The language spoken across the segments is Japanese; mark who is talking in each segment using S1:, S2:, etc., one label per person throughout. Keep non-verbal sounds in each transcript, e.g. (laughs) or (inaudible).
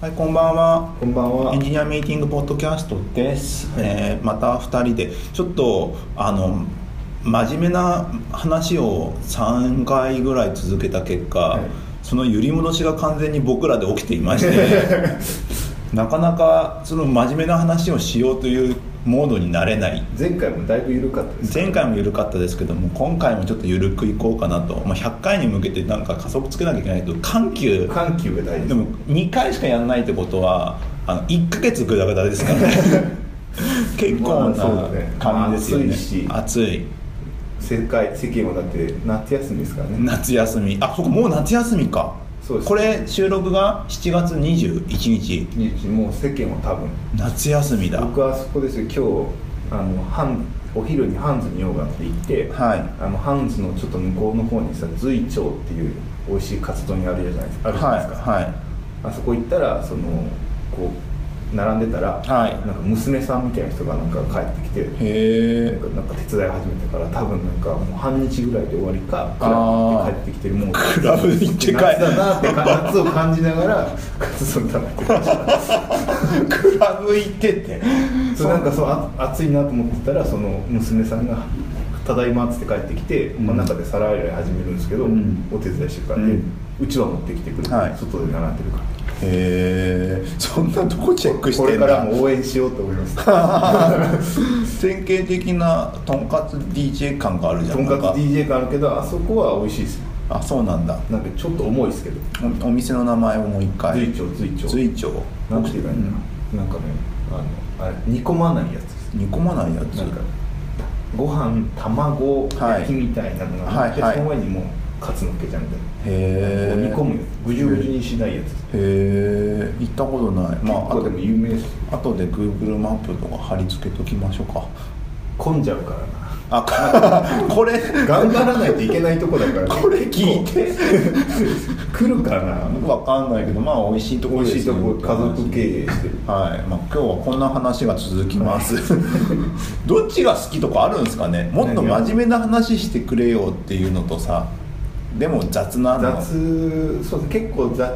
S1: はい、こんばんは。
S2: こんばんは
S1: エンジニアミーティングポッドキャストです。
S2: はい
S1: えーまた二人でちょっとあの真面目な話を三回ぐらい続けた結果、
S2: はい
S1: その揺り戻しが完全に僕らで起きていまして
S2: (laughs)
S1: なかなかその真面目な話をしようというモードになれない。
S2: 前回もだいぶ緩かったです
S1: 前回も緩かったですけども今回もちょっと緩くいこうかなと、まあ、100回に向けてなんか加速つけなきゃいけないけど緩急
S2: 緩急が大事
S1: でも2回しかやらないってことはあの1ヶ月グダグダですからね
S2: (laughs)
S1: 結構
S2: まあそう
S1: な
S2: だね
S1: 感じですよね,、
S2: 暑いし
S1: 暑い
S2: 世界世間はだって夏休みですからね
S1: 夏休みあそこもう夏休みか
S2: そうです
S1: これ収録が7月21日
S2: 21もう世間は多分
S1: 夏休みだ
S2: 僕はそこですよ今日あのハンお昼にハンズに用があって行って、
S1: はい
S2: あのハンズのちょっと向こうの方にさ随町っていう美味しいカツ丼屋あるじゃないですかあるじゃないですか、
S1: はい、はい
S2: あそこ行ったらそのこう並んでたら、
S1: はい
S2: なんか娘さんみたいな人がなんか帰ってきて
S1: へ
S2: なん
S1: え
S2: かなんか手伝い始めてから多分なんかもう半日ぐらいで終わりかク
S1: あー
S2: ラブに行って帰ってきてるもん
S1: クラブに行って帰る
S2: 夏だなってか夏を感じながら活動に食べてました
S1: クラブ行ってて
S2: そうなんかそうあ暑いなと思ってたらその娘さんが「ただいま」っつって帰ってきて、
S1: ん
S2: まあ、中で皿洗い始めるんですけど、
S1: うん
S2: お手伝いしてくから
S1: う
S2: で
S1: ん
S2: うちは持ってきてくれて、
S1: はい
S2: 外で習ってるから
S1: へえそんなとこチェックし
S2: こ
S1: て
S2: れ
S1: ん
S2: から
S1: だ
S2: も応援しようと思
S1: (laughs)
S2: います
S1: 典型的なとんかつ DJ 感があるじゃ
S2: と
S1: ん
S2: んかつ
S1: なん
S2: DJ があるけどあそこは美味しいですよ
S1: あそうなんだ
S2: なんかちょっと重いですけど
S1: おお店の名前をもう一回
S2: 随調随調
S1: 随調
S2: なんて言えばいいんだろうなんかねあのあれ煮込まないやつです
S1: 煮込まないやつ
S2: なんかご飯卵
S1: はい
S2: 焼きみたいなのがあって、
S1: はいはい
S2: その上にもうカツのっけちゃうみたいな、
S1: へえ
S2: 煮込むよぐじゅぐじゅにしないやつです、
S1: へえ行ったことないまあ
S2: 結構でも有名ですよ
S1: あとで Google マップとか貼り付けときましょうか
S2: 混んじゃうから
S1: あか (laughs) これ
S2: な頑張らないといけないと (laughs) こだから、
S1: これ聞いて
S2: (laughs) 来るかな
S1: わかんないけどまあ美味しいとこ
S2: 美
S1: ろで
S2: 味
S1: す
S2: しいとこ家族
S1: 営
S2: 経営してる
S1: はいまあ、今日はこんな話が続きます
S2: (laughs)
S1: どっちが好きとかあるんですかねもっと真面目な話してくれよっていうのとさでも雑なの
S2: 雑そうですね結構雑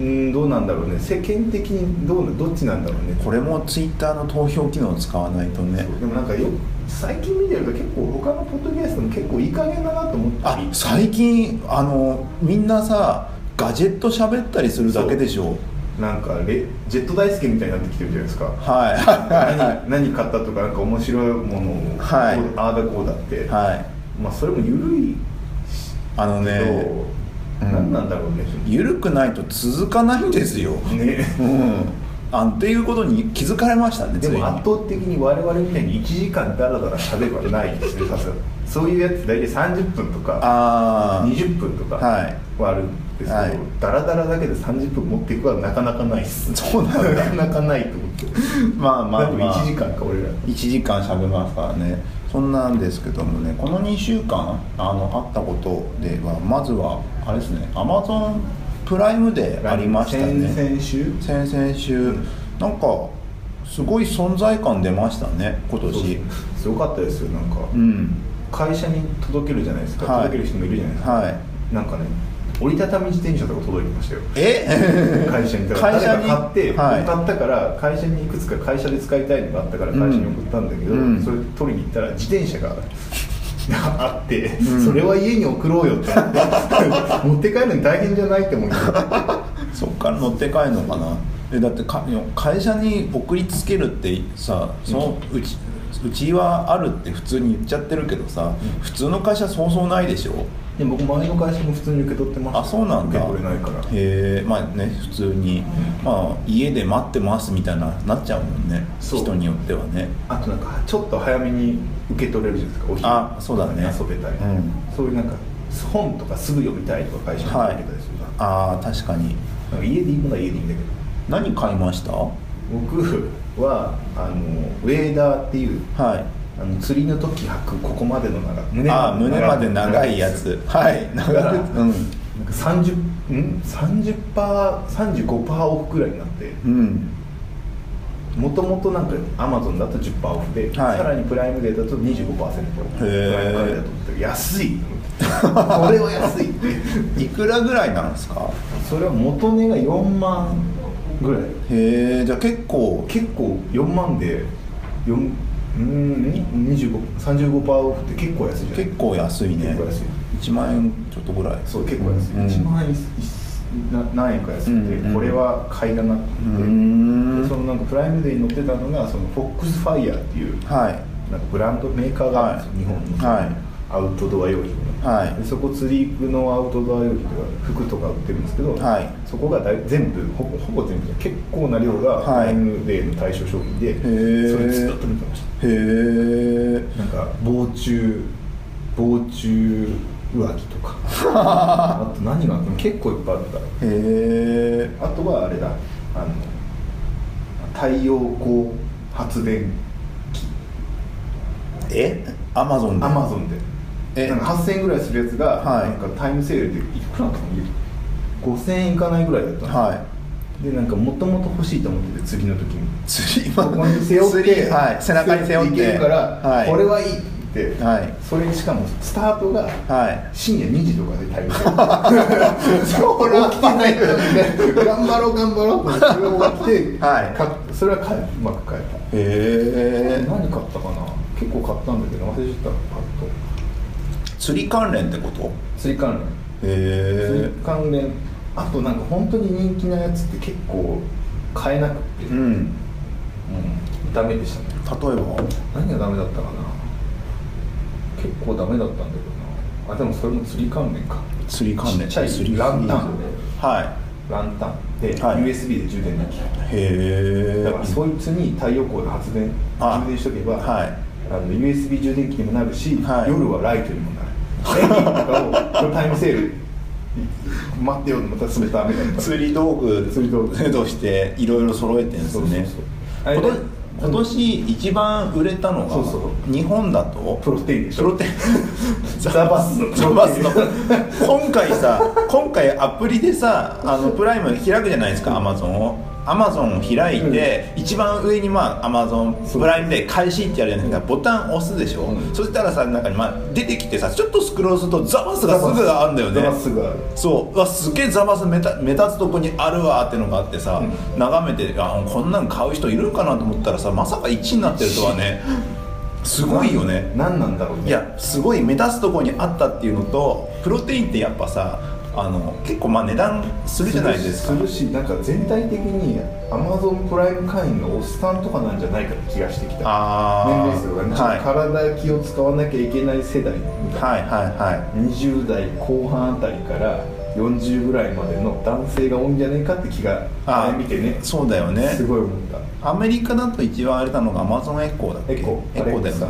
S2: うんどうなんだろうね世間的にどうどっちなんだろうね
S1: これもツイッターの投票機能を使わないとね
S2: でもなんかよ最近見てると結構他のポッドキャストも結構いい加減だなと思った
S1: あ
S2: り
S1: 最近あのみんなさガジェット喋ったりするだけでしょ
S2: なんかレジェット大輔みたいになってきてるじゃないですか
S1: はいはいは
S2: 何何買ったとかなんか面白いものを、
S1: はい
S2: こうああだこうだって、
S1: い (laughs) はい
S2: まあそれも緩い
S1: あの
S2: けど、
S1: ねうん
S2: 何なんだろうね、
S1: 緩くないと続かないんですよ (laughs)
S2: ね
S1: うんあっていうことに気づかれましたね
S2: で
S1: ついに
S2: も圧倒的に我々みたいに1時間ダラダラしゃべるはないですねさすがにそういうやつ大体30分とか
S1: あー
S2: 20分とか
S1: はい
S2: はあるんですけど、
S1: はい
S2: ダラダラだけで30分持っていくはなかなかないっす
S1: そうなんだ
S2: なかなかないと思って
S1: まあまあ
S2: で
S1: ま
S2: も
S1: あ
S2: 1時間か俺ら
S1: 1時間しゃべますからねそんなんですけどもねこの2週間あのあったことではまずはあれですねアマゾンプライムでありました
S2: 先
S1: ね
S2: 々週
S1: 先々週なんかすごい存在感出ましたね今
S2: そう
S1: 年
S2: すごかったですよなんか、
S1: うん
S2: 会社に届けるじゃないですか、
S1: はい
S2: 届ける人もいるじゃないですか、
S1: はい
S2: なんかね折りたたみ自転車とか届いてましたよ
S1: え
S2: 会社にだから
S1: 会社に
S2: 誰か買って、
S1: はい
S2: 買ったから会社にいくつか会社で使いたいのがあったから会社に送ったんだけど、
S1: うんうん
S2: それ取りに行ったら自転車が (laughs) あって、それは家に送ろうよってなって (laughs) 持って帰るの大変じゃないって思いながら
S1: そっから乗って帰るのかなえだってか会社に送りつけるってさそのうち、うちはあるって普通に言っちゃってるけどさ、普通の会社そうそうないでしょ
S2: で僕前の会社も普通に受け取ってました
S1: あそうなんだ
S2: 受け取れないから
S1: へえまあね普通に、まあ家で待ってますみたいななっちゃうもんね
S2: そう
S1: 人によってはね
S2: あとなんかちょっと早めに受け取れるじゃないですかお昼
S1: あそうだね
S2: 遊べたり、
S1: うん
S2: そういうなんか本とかすぐ読みたいとか会社に
S1: は
S2: 入
S1: い
S2: ってたりするじゃん
S1: ああ確かに
S2: なんか家でいいものは家でいいんだけど
S1: 何買いましたは
S2: 僕はあのウェーダーっていう
S1: い
S2: あの釣りの時履くここまでの長胸
S1: ああ胸まで長いやつはい
S2: だか
S1: 長
S2: ら (laughs) なん
S1: く
S2: か
S1: うん
S2: 30ん30パー35パーオフくらいになって
S1: うん
S2: もともとなんかアマゾンだと10%オフで、
S1: はい
S2: さらにプライムデーだと25%オフプ
S1: へえ
S2: ライム会員だと思って安いこれは安いって
S1: いくらぐらいなんですか
S2: それは元値が4万ぐらい
S1: へえじゃあ結構
S2: 結構4万で4うーん25 35%オフって結構安いじゃない
S1: 結構安いね
S2: 結構安い
S1: 1万円ちょっとぐらい
S2: そう結構安い、
S1: うん
S2: 1万円いな何円か安くて、
S1: うん
S2: これは買いだなって、
S1: うーん
S2: そのなんかプライムデーに載ってたのがそのフォックスファイヤーっていう
S1: はい
S2: なんかブランドメーカーがあるんですよ、
S1: はい
S2: 日本の、
S1: はい
S2: アウトドア用品の、
S1: はい
S2: でそこ釣り具のアウトドア用品とか服とか売ってるんですけど、
S1: はい
S2: そこがだい全部ほぼほぼ全部じゃない結構な量がプ
S1: はい
S2: ライムデーの対象商品で、
S1: ー
S2: それずっと見てました
S1: へえ
S2: なんか防虫防虫上着と (laughs) かあと何があったの結構いっぱいあるんだ
S1: へえ
S2: あとはあれだあの太陽光発電
S1: えアマゾンで
S2: アマゾンで
S1: え
S2: なんか8000円ぐらいするやつが、
S1: はい
S2: なんかタイムセールでいくらだったの5000円いかないぐらいだったの、
S1: は
S2: でなんかもともと欲しいと思ってて釣りの時 (laughs) に
S1: い釣り
S2: ここに背負っ
S1: 釣り
S2: て、
S1: はい、背中に背負って
S2: いけるから、
S1: はい、
S2: これはいいって、
S1: はい
S2: それにしかもスタートが
S1: はい
S2: 深夜2時とかでタイムセ (laughs) ールそれは来てないよね頑張ろう頑張ろうってそれを来て、
S1: はい
S2: かそれは買えうまく買えた
S1: へえ
S2: 何買ったかな結構買ったんだけど忘れちゃったパッと
S1: 釣り関連ってことへ
S2: 釣り関連釣
S1: え
S2: り関連あとなんか本当に人気なやつって結構買えなくて、
S1: う
S2: うん
S1: ん
S2: ダメでしたね
S1: 例えば
S2: 何がダメだったかな結構ダメだったんだけどなあでもそれも釣り関連か
S1: 釣り関連
S2: ちっちゃ
S1: 釣り
S2: いランタン
S1: は
S2: ランタンで、
S1: はい
S2: USB で充電できる
S1: いへえ
S2: だからそいつに太陽光で発電
S1: あ
S2: 充電しとけば、
S1: はい
S2: あの USB 充電器にもなるし、
S1: はい
S2: 夜はライトにもなる電気とかをタイムセール待ってよまた冷た雨だとか
S1: 釣り道具
S2: 釣り道具
S1: としていろいろ揃えてるんですよね
S2: そうそう
S1: 今
S2: そう
S1: 年今年一番売れたのが
S2: そうそ
S1: 日本だと
S2: プロテインでし
S1: プ
S2: ょ
S1: ロテイン
S2: (laughs) ザバスの
S1: ザバスの今回さ今回アプリでさあのプライム開くじゃないですかアマゾンをアマゾンを開いて、一番上にまあアマゾン
S2: そう
S1: プライムで開始ってやるじゃないですかボタン押すでしょ、
S2: うん
S1: そしたらさ中に、まあ、出てきてさちょっとスクロールするとザバスがすぐあるんだよね
S2: ザバスがある
S1: そううわすげえザバス目立目立つとこにあるわってのがあってさ、
S2: う
S1: 眺めてあこんなん買う人いるんかなと思ったらさまさか1になってるとはねすごいよね
S2: 何なんだろうね
S1: いやすごい目立つとこにあったっていうのとプロテインってやっぱさあの結構まあ値段するじゃないですか
S2: するしなんか全体的にアマゾンプライム会員のおっさんとかなんじゃないかって気がしてきた
S1: あ
S2: 年齢
S1: ー
S2: 層がね、
S1: はい
S2: 体気を使わなきゃいけない世代みたいな
S1: はいはいは
S2: 20代後半あたりから40ぐらいまでの男性が多いんじゃないかって気が
S1: あー
S2: あれ見てね
S1: いそうだよね
S2: すごい思った
S1: アメリカだと一番あれなのがアマゾンエコーだっけ
S2: エコー
S1: だよね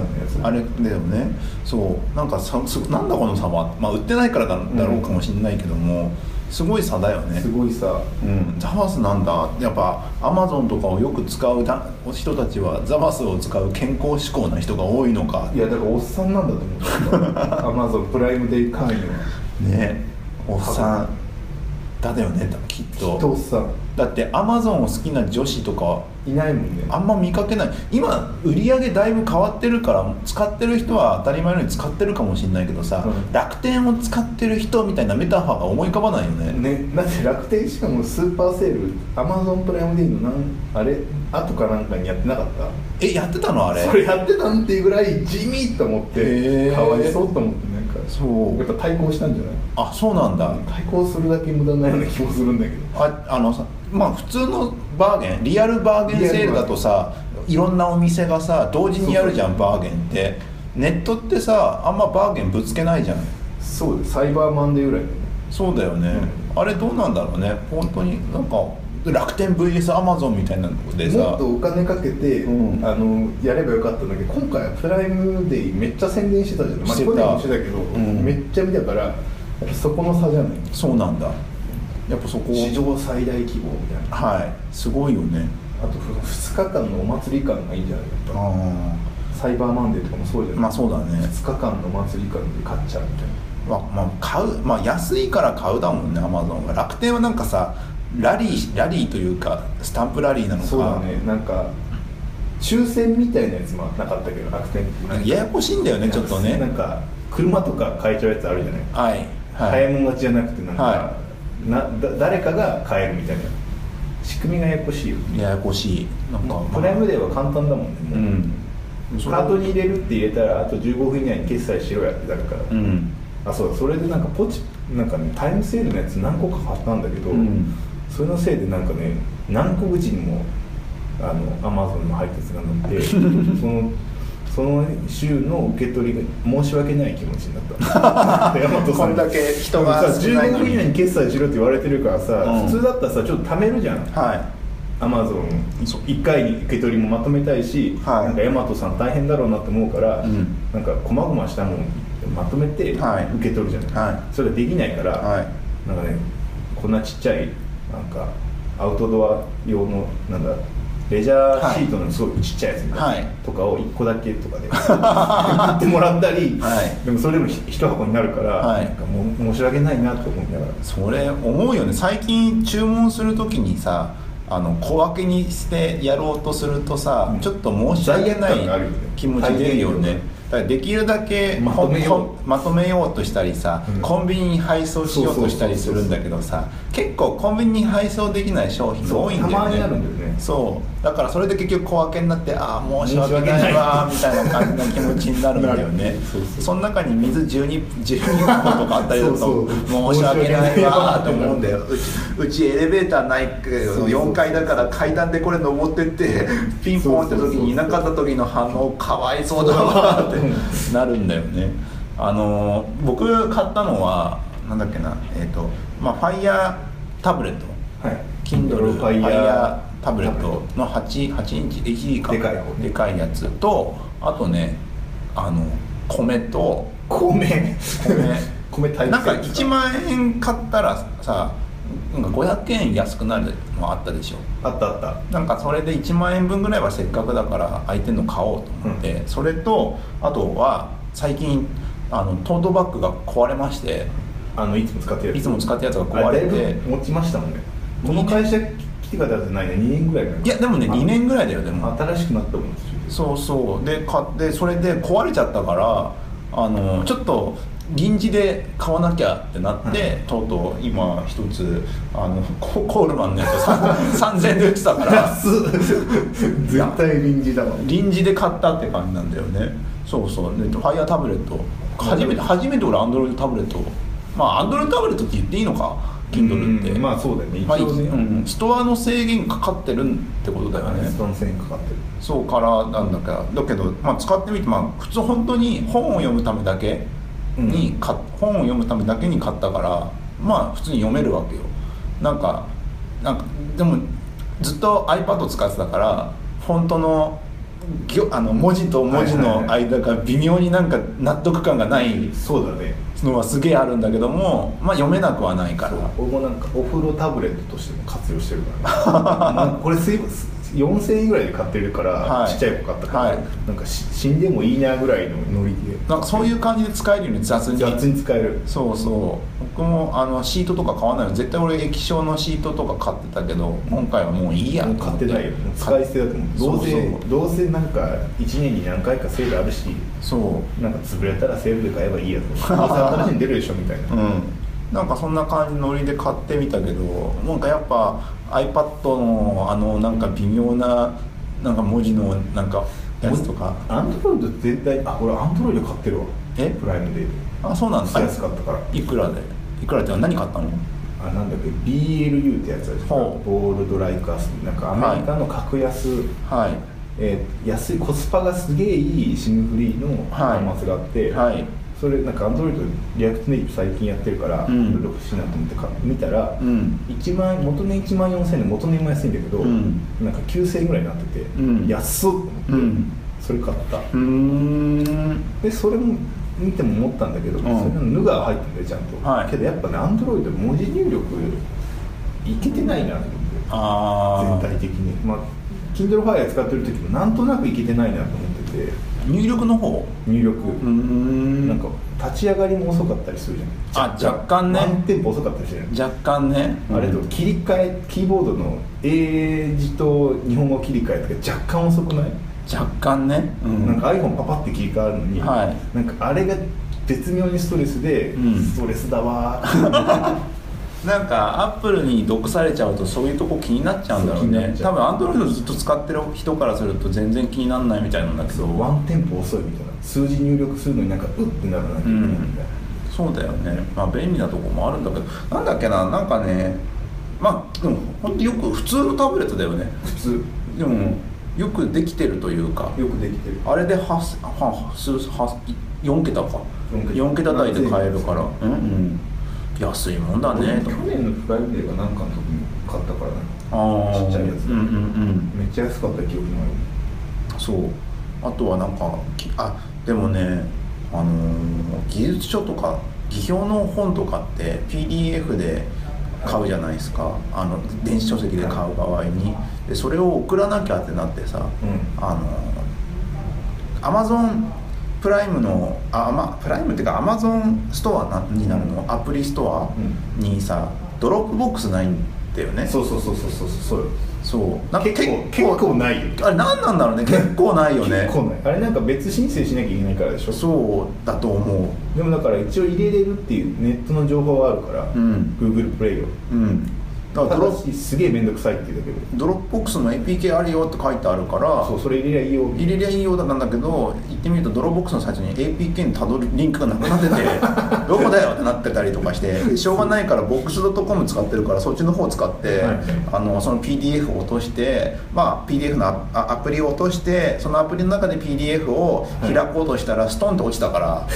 S1: あ
S2: ア
S1: れ
S2: レ
S1: だよねそうなんかさすなんだこの差は、まあ、売ってないからだだろうかもしれないけども、すごい差だよね
S2: すごいさ
S1: うん、ザバスなんだやっぱアマゾンとかをよく使うだ人たちはザバスを使う健康志向な人が多いのか
S2: いやだからおっさんなんだと
S1: (laughs)
S2: 思うアマゾンプライムデイ会員は
S1: ねおっさんだだよねきっ
S2: き
S1: と
S2: っとおっさん
S1: だってアマゾンを好きな女子とか
S2: いないもんね
S1: あんま見かけない今売り上げだいぶ変わってるから使ってる人は当たり前のように使ってるかもしれないけどさ、
S2: うん
S1: 楽天を使ってる人みたいなメタファーが思い浮かばないよね
S2: ね、だって楽天しかもスーパーセールアマゾンプライムデーのなんあれ後かなんかにやってなかった
S1: えやってたのあれ
S2: それやってたんっていうぐらい地味と思っ
S1: へ
S2: て
S1: ー
S2: かわいそうと思ってなんか
S1: そう
S2: やっぱ対抗したんじゃない
S1: あそうなんだ、
S2: 対抗するだけ無駄なような気もするんだけど
S1: ああのさまあ普通のバーゲンリアルバーゲンセールだとさいろんなお店がさ同時にやるじゃんバーゲンってネットってさあんまバーゲンぶつけないじゃん
S2: そうですサイバーマンデーぐらいだよね
S1: そうだよね、あれどうなんだろうね本当になんか楽天 VS アマゾンみたいなのでさ
S2: もっとお金かけて、
S1: うん
S2: あのやればよかったんだけど今回はプライムデーめっちゃ宣伝してたじゃない、まあ、
S1: して
S2: 去
S1: た
S2: 年もしてたけど、
S1: うん
S2: めっちゃ見たからやっぱそこの差じゃない
S1: そうなんだやっぱそこ
S2: 史上最大規模みたいな
S1: はいすごいよね
S2: あと2日間のお祭り感がいいんじゃないやっぱ
S1: あ
S2: サイバーマンデーとかもそうじゃ
S1: あ
S2: ない、
S1: まあそうだね
S2: 2日間のお祭り感で買っちゃうみたいな
S1: まあ、まあ、買うまあ安いから買うだもんねアマゾンが楽天はなんかさラリーラリーというかスタンプラリーなのか
S2: そうだねなんか抽選みたいなやつもなかったけど楽天ってなんか
S1: ややこしいんだよねちょっと
S2: なん
S1: ね
S2: か車とか買えちゃうやつあるじゃない、
S1: はいは
S2: 早
S1: い
S2: いもん勝ちじゃなくてなんか、
S1: は
S2: なだ誰かが買えるみたいな仕組みがややこしいよね
S1: ややこしいなんか、まあ
S2: プライムデーは簡単だもんね、も
S1: う
S2: うんカートに入れるって入れたらあと15分以内に決済しろやってなるから、
S1: うん
S2: あそうだそれでなんかポチなんかねタイムセールのやつ何個か買ったんだけど、
S1: うん
S2: それのせいでなんかね何個口にもあのアマゾンの配達が載って
S1: (laughs)
S2: そのその週の受け取りが申し訳ない気持ちにな
S1: (laughs)
S2: った大和
S1: こんだけ人が
S2: さ15分以内に決済しろって言われてるからさ、
S1: うん
S2: 普通だったらさちょっと貯めるじゃん
S1: は
S2: アマゾン
S1: そう
S2: 1回に受け取りもまとめたいし、
S1: はい
S2: なんか大和さん大変だろうなって思うから、
S1: うん
S2: なんか細々したもんまとめて受
S1: はい
S2: け取るじゃない、
S1: は
S2: それができないから、
S1: いはい
S2: なんかねこんなちっちゃいなんかアウトドア用のなんだレジャーシートのすごいちっちゃいやつみたいな、
S1: はい
S2: とかを1個だけとか
S1: (laughs)
S2: で買ってもらったり、
S1: はい
S2: でもそれでもひ一箱になるから、
S1: はい
S2: なんかもう申し訳ないなと思いながら
S1: それ思うよね最近注文するときにさあの小分けにしてやろうとするとさ、
S2: うん
S1: ちょっと申し訳な
S2: 罪悪感があ
S1: い
S2: るよね
S1: 気持ち出るよ
S2: 大変
S1: ね
S2: よ
S1: だからできるだけ
S2: まとめよう
S1: ここまとめようとしたりさ、
S2: うん
S1: コンビニに配送しようとしたりするんだけどさ結構コンビニに配送できない商品が多いんだよね
S2: そうたまにあるんだよね
S1: そうだからそれで結局小分けになってああ申し訳ないわーみたいな感じの気持ちに (laughs) なるんだよね
S2: そうそう
S1: その中に水 12, 12個とかあったりす (laughs) る
S2: そうそ
S1: と
S2: う
S1: 申し訳ないわーと思うんだようちうちエレベーターないけ
S2: そうそ
S1: ど
S2: う
S1: 4階だから階段でこれ登ってってピンポンって時にいなかった時の反応かわいそうだわーって (laughs) なるんだよねあのー僕買ったのはなんだっけなえっ、とまあファイヤータブレット
S2: はい、
S1: Kindle ファイヤータブレッ
S2: タブ
S1: トの 8, 8インチでいいか
S2: でかい方ね
S1: でかいやつとあとねあの米と
S2: 米 (laughs) 米
S1: 米
S2: 大切
S1: なんか1万円買ったらさなんか500円安くなるのあったでしょ
S2: あったあった
S1: なんかそれで1万円分ぐらいはせっかくだから相手の買おうと思って、それとあとは最近あのトートバッグが壊れまして
S2: あのいつも使ってるやつ
S1: いつも使ったやつが壊れ
S2: あだい
S1: て
S2: ぶ持ちましたもんねこの会社来てからじゃないね2年ぐらいかない
S1: いやでもね2年ぐらいだよでも
S2: 新しくなったもんです
S1: (laughs) そ
S2: よ
S1: うそうで買ってそれで壊れちゃったからあのちょっと臨時で買わなきゃってなって、とうとう今一つあのココールマンのやつ
S2: (laughs)
S1: さん3000円で売ってたから
S2: 絶対臨時だわ
S1: 臨時で買ったって感じなんだよねそうそうでファイヤータブレット初めて初めて俺アンドロイドタブレットまあアンドロイドタブレットって言っていいのか Kindle って
S2: うんまあそうだよね一
S1: まあい
S2: 応ね、
S1: うんストアの制限かかってるってことだよね
S2: ストン線かかってる
S1: そうからなんだかだけど、まあ、使ってみて、まあ、普通本当に本を読むためだけに買っ、本を読むためだけに買ったからまあ普通に読めるわけよなんかなんかでもずっと iPad 使ってたからフォントの行あの文字と文字
S2: はい
S1: の
S2: は
S1: 間が微妙になんか納得感がない
S2: そうだね
S1: のはすげえあるんだけども、まあ、読めなくはないか
S2: そ
S1: ら
S2: う俺もなんかお風呂タブレットとしても活用してるから、
S1: (laughs)
S2: ね、これ水4000円ぐらいで買ってるから、
S1: はい
S2: ちっちゃい子買ったから、
S1: はい
S2: なんかし死んでもいいなぐらいのノリで
S1: なんかそういう感じで使えるように雑に
S2: 雑に使える
S1: そうそう僕もあのシートとか買わないの絶対俺液晶のシートとか買ってたけど今回はもういいや
S2: もう
S1: と
S2: 買
S1: 思
S2: ってないよもう使い捨てだと思うどうせ
S1: そうそう
S2: どうせなんか1年に何回かセールあるし
S1: そ
S2: なんか潰れたらセールで買えば
S1: (laughs)
S2: いいやとどうせ新しいの出るでしょみたいな
S1: ううんなんかそんな感じのノリで買ってみたけどなんかやっぱ iPad のあのなんか微妙ななんか文字のなんかやつとか
S2: アンドロイド全体あ俺アンドロイド買ってるわ
S1: え
S2: プライムで
S1: あそうなんだ
S2: 安かったから
S1: いくらでいくらって何買ったの
S2: あなんだっけ BLU ってやつあるじゃん
S1: ほう
S2: ボールドライカースなんかアメリカの格安、
S1: はい
S2: えー安いコスパがすげえいいシムフリーの端末があって、
S1: はい
S2: それなんかアンドロイドリアクトネイティブ最近やってるから、
S1: うん
S2: いろいろ欲しいなと思って買って見たら、
S1: うん
S2: 1万元値1万4000円で元値も安いんだけど、
S1: うん
S2: なんか9000円ぐらいになってて、
S1: うん
S2: 安っと思って、
S1: うん
S2: それ買った
S1: うーん
S2: でそれも見ても思ったんだけど、
S1: ん
S2: それのヌガが入ってんだよちゃんと、
S1: はい
S2: けどやっぱねアンドロイド文字入力いけてないなと思
S1: あ
S2: って
S1: あ
S2: 全体的にまあ Kindle Fire 使ってる時もなんとなくいけてないなと思ってて
S1: 入力の方
S2: 入力、
S1: うーん
S2: なんか立ち上がりも遅かったりするじゃない
S1: あ若干ね
S2: ワンテンポ遅かったりするじゃない
S1: 若干ね
S2: あれと切り替えキーボードの英字と日本語切り替えとか若干遅くない
S1: 若干ね、うん、
S2: なんか iPhone パパって切り替わるのに、
S1: は
S2: なんかあれが絶妙にストレスで、
S1: うん
S2: ストレスだわー
S1: なんかアップルに毒されちゃうとそういうとこ気になっちゃうんだろう
S2: そう気にな
S1: ね
S2: っちゃ
S1: 多
S2: う
S1: 分アンドロイドずっと使ってる人からすると全然気にならないみたいなんだけど
S2: ワンテンポ遅いみたいな数字入力するのになんかうってならなきゃいけないみたいな、
S1: そうだよねまあ便利なとこもあるんだけどなんだっけななんかねまあでも本当よく普通のタブレットだよね
S2: 普通
S1: でもよくできてるというか
S2: よくできてる
S1: あれではすは数は4桁か
S2: 四桁
S1: 4桁台で買えるからうん、うん、安いもんだねと
S2: 去年のプライベートが何かの時に買ったからな
S1: あー
S2: ちっちゃいや
S1: う
S2: つ
S1: んうんうん
S2: めっちゃ安かった記憶もある
S1: そうあとはなんかきあでもねあのー技術書とか技表の本とかって PDF で買うじゃないですかあの電子書籍で買う場合にでそれを送らなきゃってなってさ
S2: う
S1: あのアマゾンプライムのあ、ま、プライムっていうかアマゾンストアなになるのアプリストアにさ、ドロップボックスないんだよね
S2: そうそうそうそうそうそう
S1: そうなんか
S2: 結構結構ないよ
S1: あれ何なんだろうね結構ないよね
S2: 結構ないあれなんか別申請しなきゃいけないからでしょ
S1: そうだと思
S2: でもだから一応入れれるっていうネットの情報はあるから、
S1: ううん
S2: Google プレイを
S1: うんだから
S2: た
S1: ドロ
S2: だ
S1: ップ
S2: しすげえ面倒くさいっていうだけで
S1: ドロップボックスの APK あるよって書いてあるから
S2: そうそれ入れりゃいいよ
S1: 入れりゃいいようだなんだけど行ってみるとドローボックスの最初に APK にたどるリンクがなくなって
S2: (laughs)
S1: てどこだよってなってたりとかしてしょうがないからボックス .com 使ってるからそっちの方を使って、
S2: はい
S1: あのその PDF を落として、まあ、PDF のアあアプリを落としてそのアプリの中で PDF を開こうとしたらストンと落ちたから、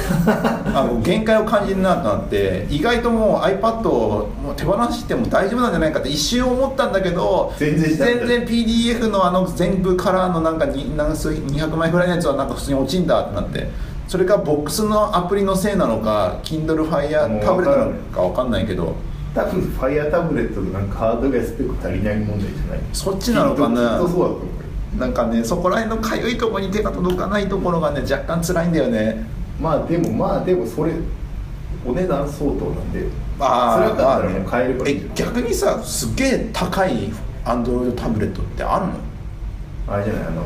S1: あの限界を感じるなとなって意外ともう iPad をもう手放しても大丈夫なんじゃないかって一瞬思ったんだけど
S2: 全然しなかった
S1: 全然 PDF のあの全部カラーのなんかになんか数200枚ぐらいのやつはなんか普通に落ちんだってなってそれがボックスのアプリのせいなのか Kindle
S2: も
S1: Fire
S2: う
S1: タブレットなの
S2: わかんない
S1: かわかんないけど
S2: 多分 Fire タブレットのなんかハードがスペック足りない問題じゃない
S1: そっちなのかな
S2: きっときっとそうだと思うよ
S1: なんかねそこら辺のかゆいところに手が届かないところがね若干辛いんだよね
S2: まあでもまあでもそれお値段相当なんで
S1: あー
S2: それだったら
S1: まあね
S2: もう買えるからいいんじ
S1: え
S2: ゃない
S1: 逆にさすげえ高い Android タブレットってあるの
S2: あれじゃないあの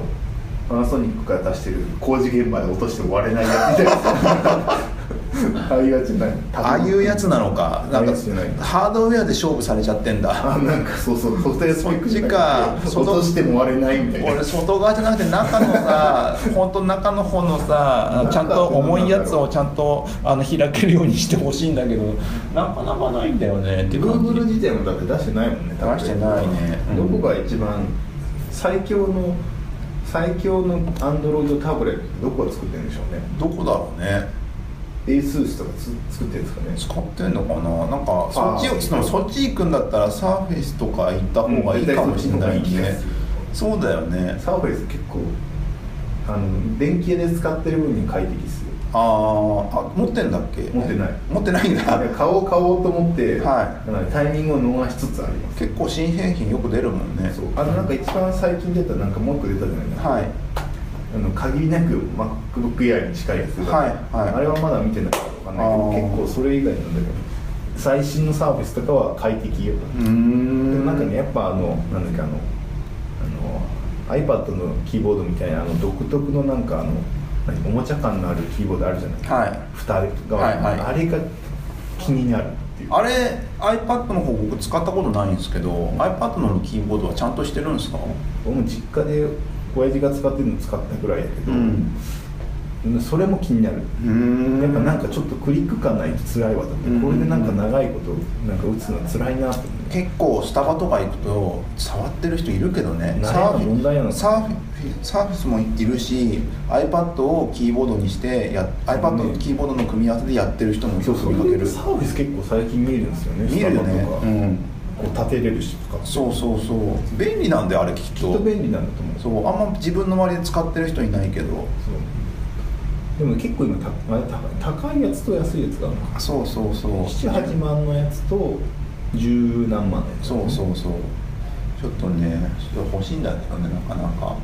S2: パナソニックから出してる工事現場で落としても割れないやつみたいなああいうやつじゃない
S1: ああいうやつなのかなんか
S2: ああいうやつじゃない
S1: ハードウェアで勝負されちゃってんだ
S2: あなんかそうそうソフトウェアスペックじゃなくて
S1: そっちか
S2: 落としても割れないみたいな
S1: 俺外側じゃなくて中の
S2: (laughs)
S1: さ本当中の方のさちゃんと重いやつをちゃんとあの開けるようにしてほしいんだけどなかなかないんだよねって感じ
S2: Google 自体もだって出してないもんね多分
S1: 出してないねうん
S2: どこが一番最強の最強の Android タブレットってどこが作ってるんでしょうね
S1: どこだろうね
S2: ASUS とかつ作ってるんですかね
S1: 使ってんのかななんかそっち
S2: あー
S1: でもそっち行くんだったらサーフェイスとか行った方がいいかもしれない
S2: うん絶対そっちの方がいい気が
S1: ね
S2: する
S1: そうだよね
S2: サーフェイス結構あの電気屋で使ってる分に快適ですよ
S1: あーあ持ってんだっけ
S2: 持ってない
S1: 持ってないんだ
S2: 買おう買おうと思って、
S1: は
S2: だからタイミングを逃しつつあります
S1: 結構新製品よく出るもんね
S2: そうあのなんか一番最近出たなんかもう一個出たじゃないですか、
S1: はい
S2: あの限りなく MacBookAir に近いやつが、
S1: はいはい
S2: あれはまだ見てないからわかんないけど
S1: あー
S2: 結構それ以外なんだけど最新のサービスとかは快適よ、
S1: うー
S2: で
S1: ん
S2: もなんかねやっぱあのなんだっけあのあの iPad のキーボードみたいなあの独特のなんかあの何おもちゃ感のあるキーボードあるじゃないですか、
S1: はい
S2: 蓋が、
S1: はいはい
S2: あれが気になるっていう
S1: あれ iPad の方僕使ったことないんですけど iPad のキーボードはちゃんとしてるんですか
S2: 僕も実家で親父が使ってるの使ったぐらいだけど、それも気になる
S1: うん
S2: やっぱなんかちょっとクリック感ないと辛いわと思って、
S1: うん
S2: これでなんか長いことなんか打つの辛いなと思って
S1: 結構スタバとか行くと触ってる人いるけどね
S2: 慣れの問題なの
S1: サーフィサーフィスもいるし iPad をキーボードにしてや iPad のキーボードの組み合わせでやってる人もよ
S2: そ
S1: く
S2: うそう
S1: 見かける
S2: サービス結構最近見えるんですよね
S1: 見るよ
S2: ス
S1: ね
S2: タバと
S1: う
S2: か、
S1: ん
S2: こう立てれるしとか
S1: そうそうそう便利なんだよあれきっ
S2: きっと
S1: と
S2: 便利なんだと思う
S1: そうあんま自分の周りで使ってる人いないけど
S2: そうでも結構今たあれ高い高いやつと安いやつがあるのか
S1: そうそうそう
S2: 78万のやつと十何万のやつ
S1: そうそうそうちょっとねちょっと欲しいんだけどねなかなか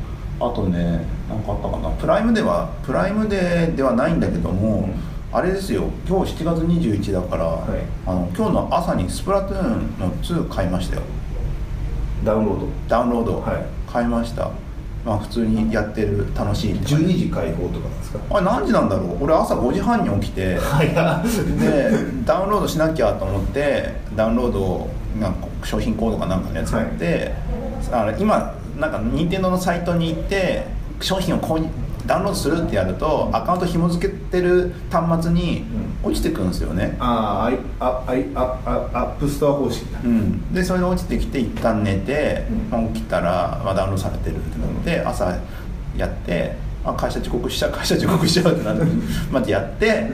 S1: あとねなんかあったかなプライムではプライムでではないんだけども、あれですよ今日7月21だから、
S2: い
S1: あの今日の朝にスプラトゥーンの2買いましたよ
S2: ダウンロード
S1: ダウンロード、
S2: はい
S1: 買いましたまあ普通にやってる楽しいって感じ
S2: 12時開放とかなんですか
S1: あれ何時なんだろう俺朝5時半に起きて
S2: 早っ
S1: でダウンロードしなきゃと思ってダウンロードをなんか商品コードかなんかのやつ買って、あの今なんか任天堂のサイトに行って商品を購入ダウンロードするってやるとアカウント紐付けてる端末に落ちてくるんですよね、
S2: あーああいあああアップストア方式だ、
S1: うん、でそれで落ちてきて一旦寝て、
S2: う
S1: まあ起きたら、まあ、ダウンロードされてるってなって、朝やってあ会社遅刻しちゃう会社遅刻しちゃうってなってまずやって、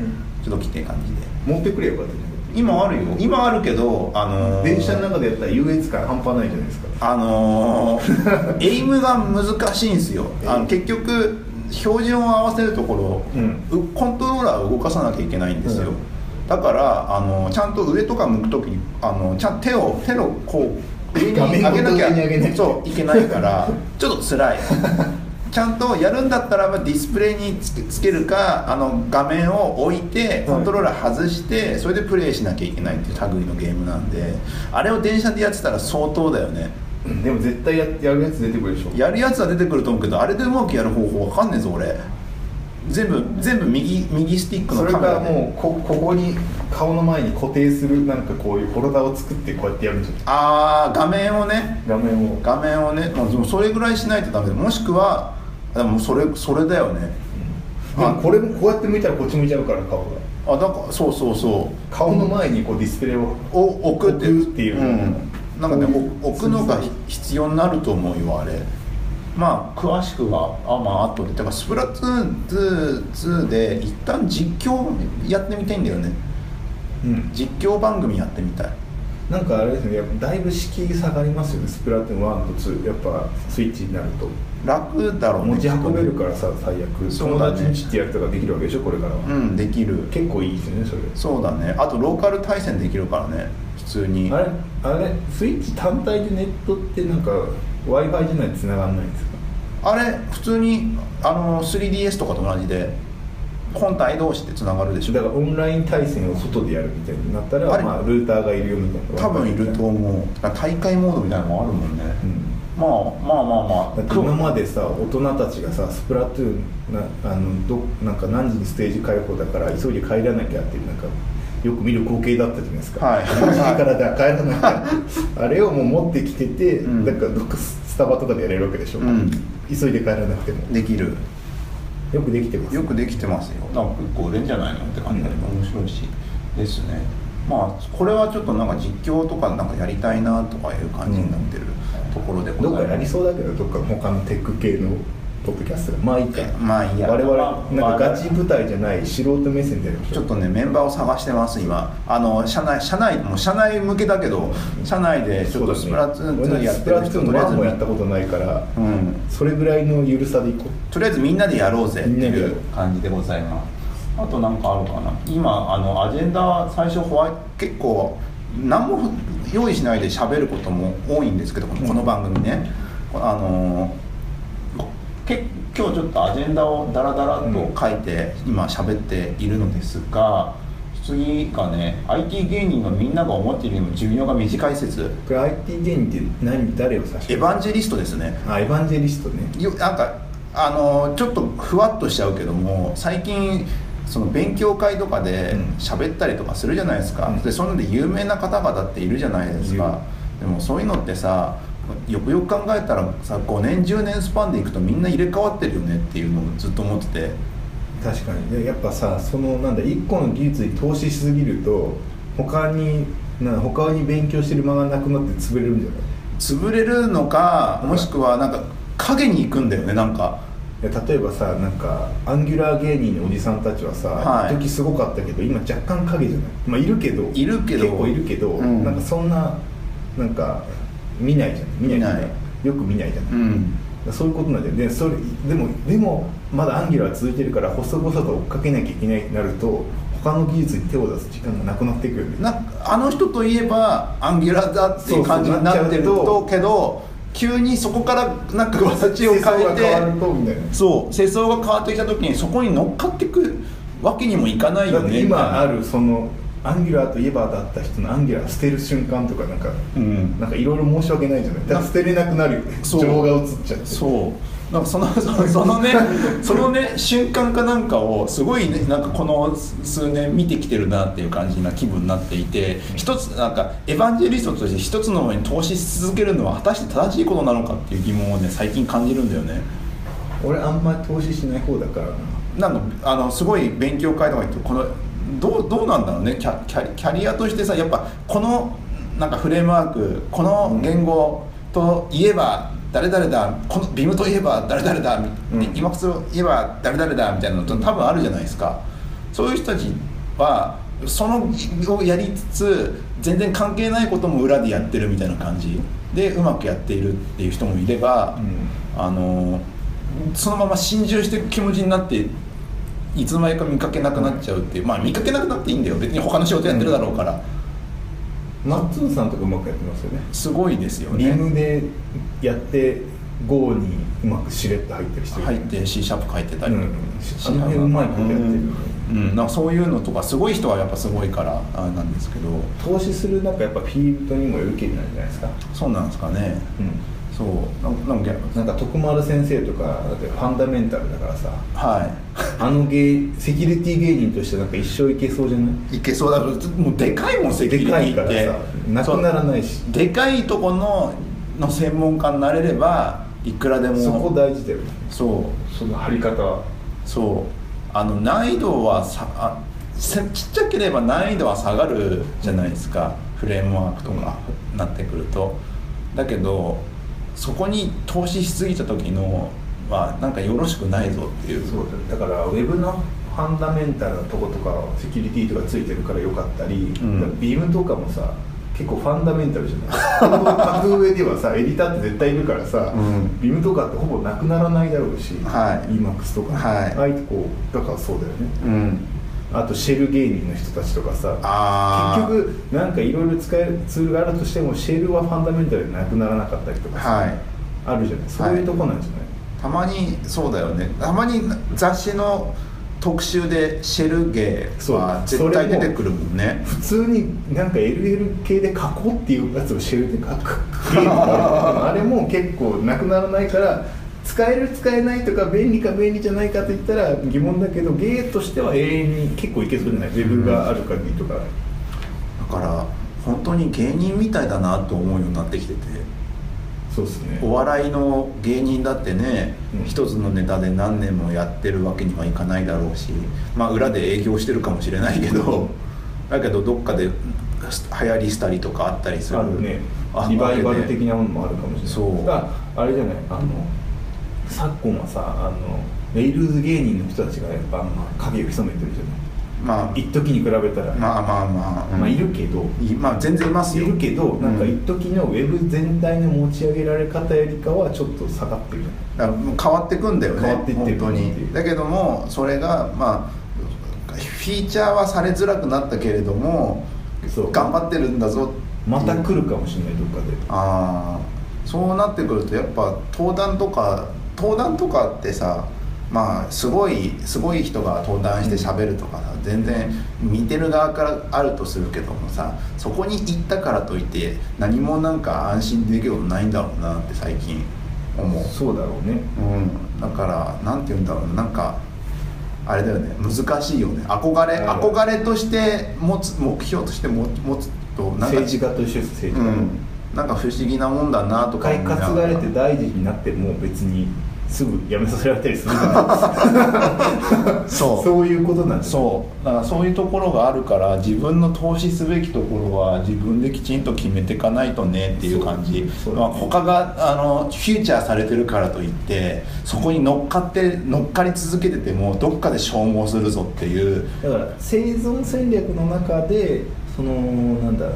S1: ちょっと起きて感じで
S2: 持ってくれよかったじ
S1: 今あるよ今あるけどあ
S2: ゃ
S1: の
S2: ん
S1: ー
S2: 電車の中でやったら優越感半端ないじゃないですか
S1: あのー、エイムが難しいんですよあの結局標準を合わせるところ、
S2: うん
S1: うコントローラーを動かさなきゃいけないんですよ、
S2: うん
S1: だからあのちゃんと上とか向く時にあのちゃん手を手のこう上に
S2: 画
S1: 上
S2: 面
S1: げ
S2: ご
S1: な
S2: と
S1: きゃ
S2: 上に上げない
S1: そういけないからちょっと
S2: (laughs)
S1: 辛いちゃんとやるんだったらばディスプレイにつけつけるかあの画面を置いてコントローラー外して、それでプレイしなきゃいけないっていう類のゲームなんであれを電車でやってたら相当だよね
S2: うんでも絶対ややるやつ出てくるでしょ
S1: やるやつは出てくると思うけどあれでうまくやる方法わかんねえぞ俺全部全部右右スティック
S2: そ
S1: の
S2: れ
S1: カメ
S2: が
S1: ラで
S2: もうこここに顔の前に固定するなんかこういうフォルダを作ってこうやってやるんじゃない
S1: ああ画面をね
S2: 画面を
S1: 画面をねまあでもそれぐらいしないとダメでもしくはでもそれそれだよね
S2: でもこれもこうやって向いたらこっち向いちゃうから顔が
S1: あだからそうそうそ
S2: 顔の前にこうディスプレイを
S1: うお置くって、
S2: 置くっていうん
S1: なんかね
S2: こういう
S1: お置くのが必要になると思うよあれまあ詳しくはあまあ後でだからスプラトゥーン2 2で一旦実況やってみたいんだよね
S2: うん
S1: 実況番組やってみたい
S2: なんかあれですねやっぱだいぶ敷居下がりますよねスプラトゥーン1と2やっぱスイッチになると
S1: 楽だろうね
S2: 持ち運べるからさ最悪
S1: そう
S2: 友
S1: だね
S2: 達にちってやるとかできるわけでしょこれからは、
S1: うんできる
S2: 結構いいですよねそれ
S1: そうだねあとローカル対戦できるからね普通に
S2: あれあれスイッチ単体でネットってなんか w i f i じゃないと繋がんないんですか
S1: あれ普通にあの 3DS とかと同じで本体同士でつながるでし
S2: だ
S1: ょ
S2: からオンライン対戦を外でやるみたいになった
S1: あ
S2: ら
S1: れ
S2: まあ、ルーターがいるよみたいな
S1: 多分いると思うだから大会モードみたいなのもあるもんね、
S2: うん
S1: まあまあまあ
S2: だ
S1: ま
S2: っ
S1: あ
S2: て今までさ大人たちがさスプラトゥーンなあのどなんか何時にステージ開放だから急いで帰らなきゃっていうなんかよく見る光景だったじゃないですか、
S1: はい
S2: 何時からだ帰らなきゃあれをもう持ってきてて、
S1: うん
S2: だからどっかスタバとかでやれるわけでしょ、
S1: うん
S2: 急いで帰らなくても
S1: できる
S2: よくできてます
S1: よくできてますよなんか結構売れんじゃないのって感じで
S2: うん
S1: 面白いしですねまあこれはちょっとなんか実況とかなんかやりたいなとかいう感じになってるところで
S2: どっ
S1: ざ
S2: か
S1: いま
S2: や
S1: す
S2: りそうだけどどっか他のテック系のポッドキャストがまあいいか
S1: まあいいや
S2: 我
S1: ま
S2: 々
S1: あ
S2: なんかガチ舞台じゃない素人目線でやりまし
S1: ち
S2: ょ
S1: ょっ
S2: う
S1: とねメンバーを探してます今あの社内社内もう社内向けだけど社内でちょっとスプラトゥーン2やってる人と
S2: 俺も
S1: りあ
S2: スプラトゥーンの1もや
S1: え
S2: っ
S1: ず
S2: たことないから
S1: うん
S2: それぐらいの緩さでいこう
S1: とりあえずみんなでやろうぜって
S2: みんなでや
S1: い
S2: ろ
S1: う
S2: う
S1: 感じでございますあとなんかあるかな今あのアジェンダは最初ホワイ結構何も用意しないで喋ることも多いんですけどこのこの番組ねあのけ今日ちょっとアジェンダをダラダラと書いて、今喋っているのですが次がね IT 芸人のみんなが思っているよりも寿命が短い説
S2: これ IT 芸人って何誰を指して
S1: エ
S2: る
S1: ヴァンジェリストですね
S2: あエヴァンジェリストね
S1: よなんかあのちょっとふわっとしちゃうけども最近その勉強会とかで
S2: うん
S1: 喋ったりとかするじゃないですか、
S2: うん
S1: でそういうので有名な方々っているじゃないですか、でもそういうのってさよくよく考えたらさ5年10年スパンでいくとみんな入れ替わってるよねっていうのをずっと思ってて
S2: 確かにでやっぱさそのなんだ一個の技術に投資しすぎると他にな他に勉強してる間がなくなって潰れるんじゃない
S1: 潰れるのかもしくはなんか影に行くんだよねなんか
S2: いや例えばさなんかアンギュラー芸人のおじさんたちはさ、
S1: はい
S2: 一時すごかったけど今若干影じゃないまあいるけど
S1: いるけど
S2: 結構いるけど、
S1: うん
S2: なんかそんななんか見ないじゃない見ない
S1: 見ない
S2: よく見ないじゃない、
S1: うん
S2: そういうことなんだよねそれでもでもまだアンギュラーは続いてるから細々と追っかけなきゃいけないってなると他の技術に手を出す時間がなくなってくるよね
S1: なあの人といえばアンギュラーだっていう感じになってる
S2: そうそうなっちゃうと
S1: とけど急にそこからなんか形を変
S2: 世相が変わ
S1: え
S2: る
S1: て
S2: とみたいな
S1: そう世相が変わってきた時にそこに乗っかってくわけにもいかないよ
S2: だって
S1: ね
S2: 今あ
S1: る
S2: るそのアンギュラーといえばだった人のアンギュラー捨てる瞬間とかなんか
S1: うん
S2: なんかいろいろ申し訳ないじゃないだから捨てれなくなるよね
S1: そう
S2: 情が移っちゃって
S1: そうなんかそのそのそ
S2: (laughs)
S1: のねそのね瞬間かなんかをすごいねなんかこの数年見てきてるなっていう感じな気分になっていて一つなんかエヴァンジェリストとして一つのものに投資し続けるのは果たして正しいことなのかっていう疑問をね最近感じるんだよね。
S2: 俺あんまり投資しない方だからな
S1: なんかあのすごい勉強会とか行ってこのどうどうなんだろうねキャキャリキャリアとしてさやっぱこのなんかフレームワークこの言語といえば誰々だこのビムといえば誰々だ、
S2: うん
S1: 今靴といえば誰々だみたいなのと多分あるじゃないですかそういう人たちはそのをやりつつ全然関係ないことも裏でやってるみたいな感じでうまくやっているっていう人もいれば、あのそのまま心中していく気持ちになっていつの間にか見かけなくなっちゃうっていうまあ見かけなくなっていいんだよ別に他の仕事やってるだろうから、
S2: マッツンさんとかうまくやってますよね
S1: すごいですよ
S2: リ
S1: ね
S2: ムでやってゴーにうまくしれっと入ってる人いる
S1: 入って C シャープ書いてた
S2: う
S1: り
S2: ん
S1: とか、
S2: あの辺うまいことやってる、
S1: うん、なんかそういうのとかすごい人はやっぱすごいからあれなんですけど
S2: 投資するなんかやっぱフィールドにもよる気になるじゃないですか、
S1: そうなんですかね
S2: う
S1: そうなんなんか
S2: ん、なんか徳丸先生とかだってファンダメンタルだからさ
S1: は
S2: あの芸セキュリティ芸人としてなんか一生いけそうじゃない
S1: いいけそうだけどもうでかいもんセキュリ
S2: で
S1: テ
S2: かい
S1: ィ
S2: か
S1: っ
S2: ら
S1: て
S2: さなくならないし
S1: でかいとこのの専門家になれればいくらでも
S2: そこ大事だよね
S1: そう
S2: その張り方
S1: そうあの難易度はさあせちっちゃければ難易度は下がるじゃないですかフレームワークとかなってくるとだけどそこに投資しすぎた時のはなんかよろしくないぞっていう
S2: そうだだからウェブのファンダメンタルなとことかセキュリティとかついてるからよかったり、
S1: うん
S2: だからビームとかもさ結構ファンダメンタルじゃない書く上ではさエディターって絶対いるからさ、
S1: うん
S2: ビームとかってほぼなくならないだろうし、
S1: はい
S2: EMAX とか、
S1: はい
S2: ああいうとこだからそうだよね
S1: うん
S2: あとシェル芸人の人たちとかさ
S1: あー
S2: 結局なんかいろいろ使えるツールがあるとしてもシェルはファンダメンタルでなくならなかったりとかさ、
S1: はい
S2: あるじゃないそういうとこなんじゃない、
S1: たまにそうだよねたまに雑誌の特集でシェルゲーは
S2: そう
S1: 絶対
S2: それ
S1: 出
S2: も
S1: てくるもんね
S2: 普通になんか LL 系で書こうっていうやつをシェルで書くあれも結構なくならないから使える使えないとか便利か便利じゃないかといったら疑問だけどゲーとしては永遠に結構いけそうじゃないウェブがある限りとか、
S1: だから本当に芸人みたいだなと思うようになってきてて
S2: そうですね
S1: お笑いの芸人だってね、
S2: うん
S1: 一つのネタで何年もやってるわけにはいかないだろうしまあ裏で営業してるかもしれないけどだけどどっかで流行りしたりとかあったりする
S2: あるね
S1: あ
S2: リバイバ
S1: わ
S2: ル
S1: けで
S2: 的なものもあるかもしれない
S1: そう
S2: だからあれじゃないあの昨今はさあのレイルズ芸人の人たちがやっぱあんま影を潜めてるじゃない
S1: まあ
S2: 一時に比べたら、
S1: まあまあまあ、うん
S2: まあいるけど、
S1: いまあ全然います
S2: い
S1: よ
S2: るけどなんか
S1: う
S2: 一時のウェブ全体の持ち上げられ方よりかはちょっと下がってるじゃな
S1: だか
S2: い
S1: らもう変わってくんだよね
S2: 変わっていってる
S1: 本当
S2: っていう
S1: にだけどもそれがまあフィーチャーはされづらくなったけれども
S2: そう
S1: 頑張ってるんだぞ
S2: また来
S1: る
S2: るかもしれないどっかで
S1: ああそうなってくるとやっぱ登壇とか登壇とかってさまあすごいすごい人が登壇して喋るとかさ全然見てる側からあるとするけどもさそこに行ったからといって何もなんか安心できることないんだろうなって最近思う
S2: そうだろうね
S1: うん、だからなんて言うんだろうななんかあれだよね難しいよね憧れ
S2: うん
S1: 憧れとして持つ目標として持つ持つとなんか
S2: 政治家と一緒です
S1: う
S2: 政治家
S1: ん、なんか不思議なもんだなと
S2: 都
S1: か思
S2: 会
S1: いなが
S2: 担がれて大臣になっても別にすぐ辞めさせられたりするじゃない
S1: そう
S2: そういうことなんです
S1: そうだからそういうところがあるから自分の投資すべきところは自分できちんと決めていかないとねっていう感じ
S2: そう
S1: まあ、他があのフューチャーされてるからといってそこに乗っかって乗っかり続けててもどっかで消耗するぞっていう
S2: だから生存戦略の中でそのなんだ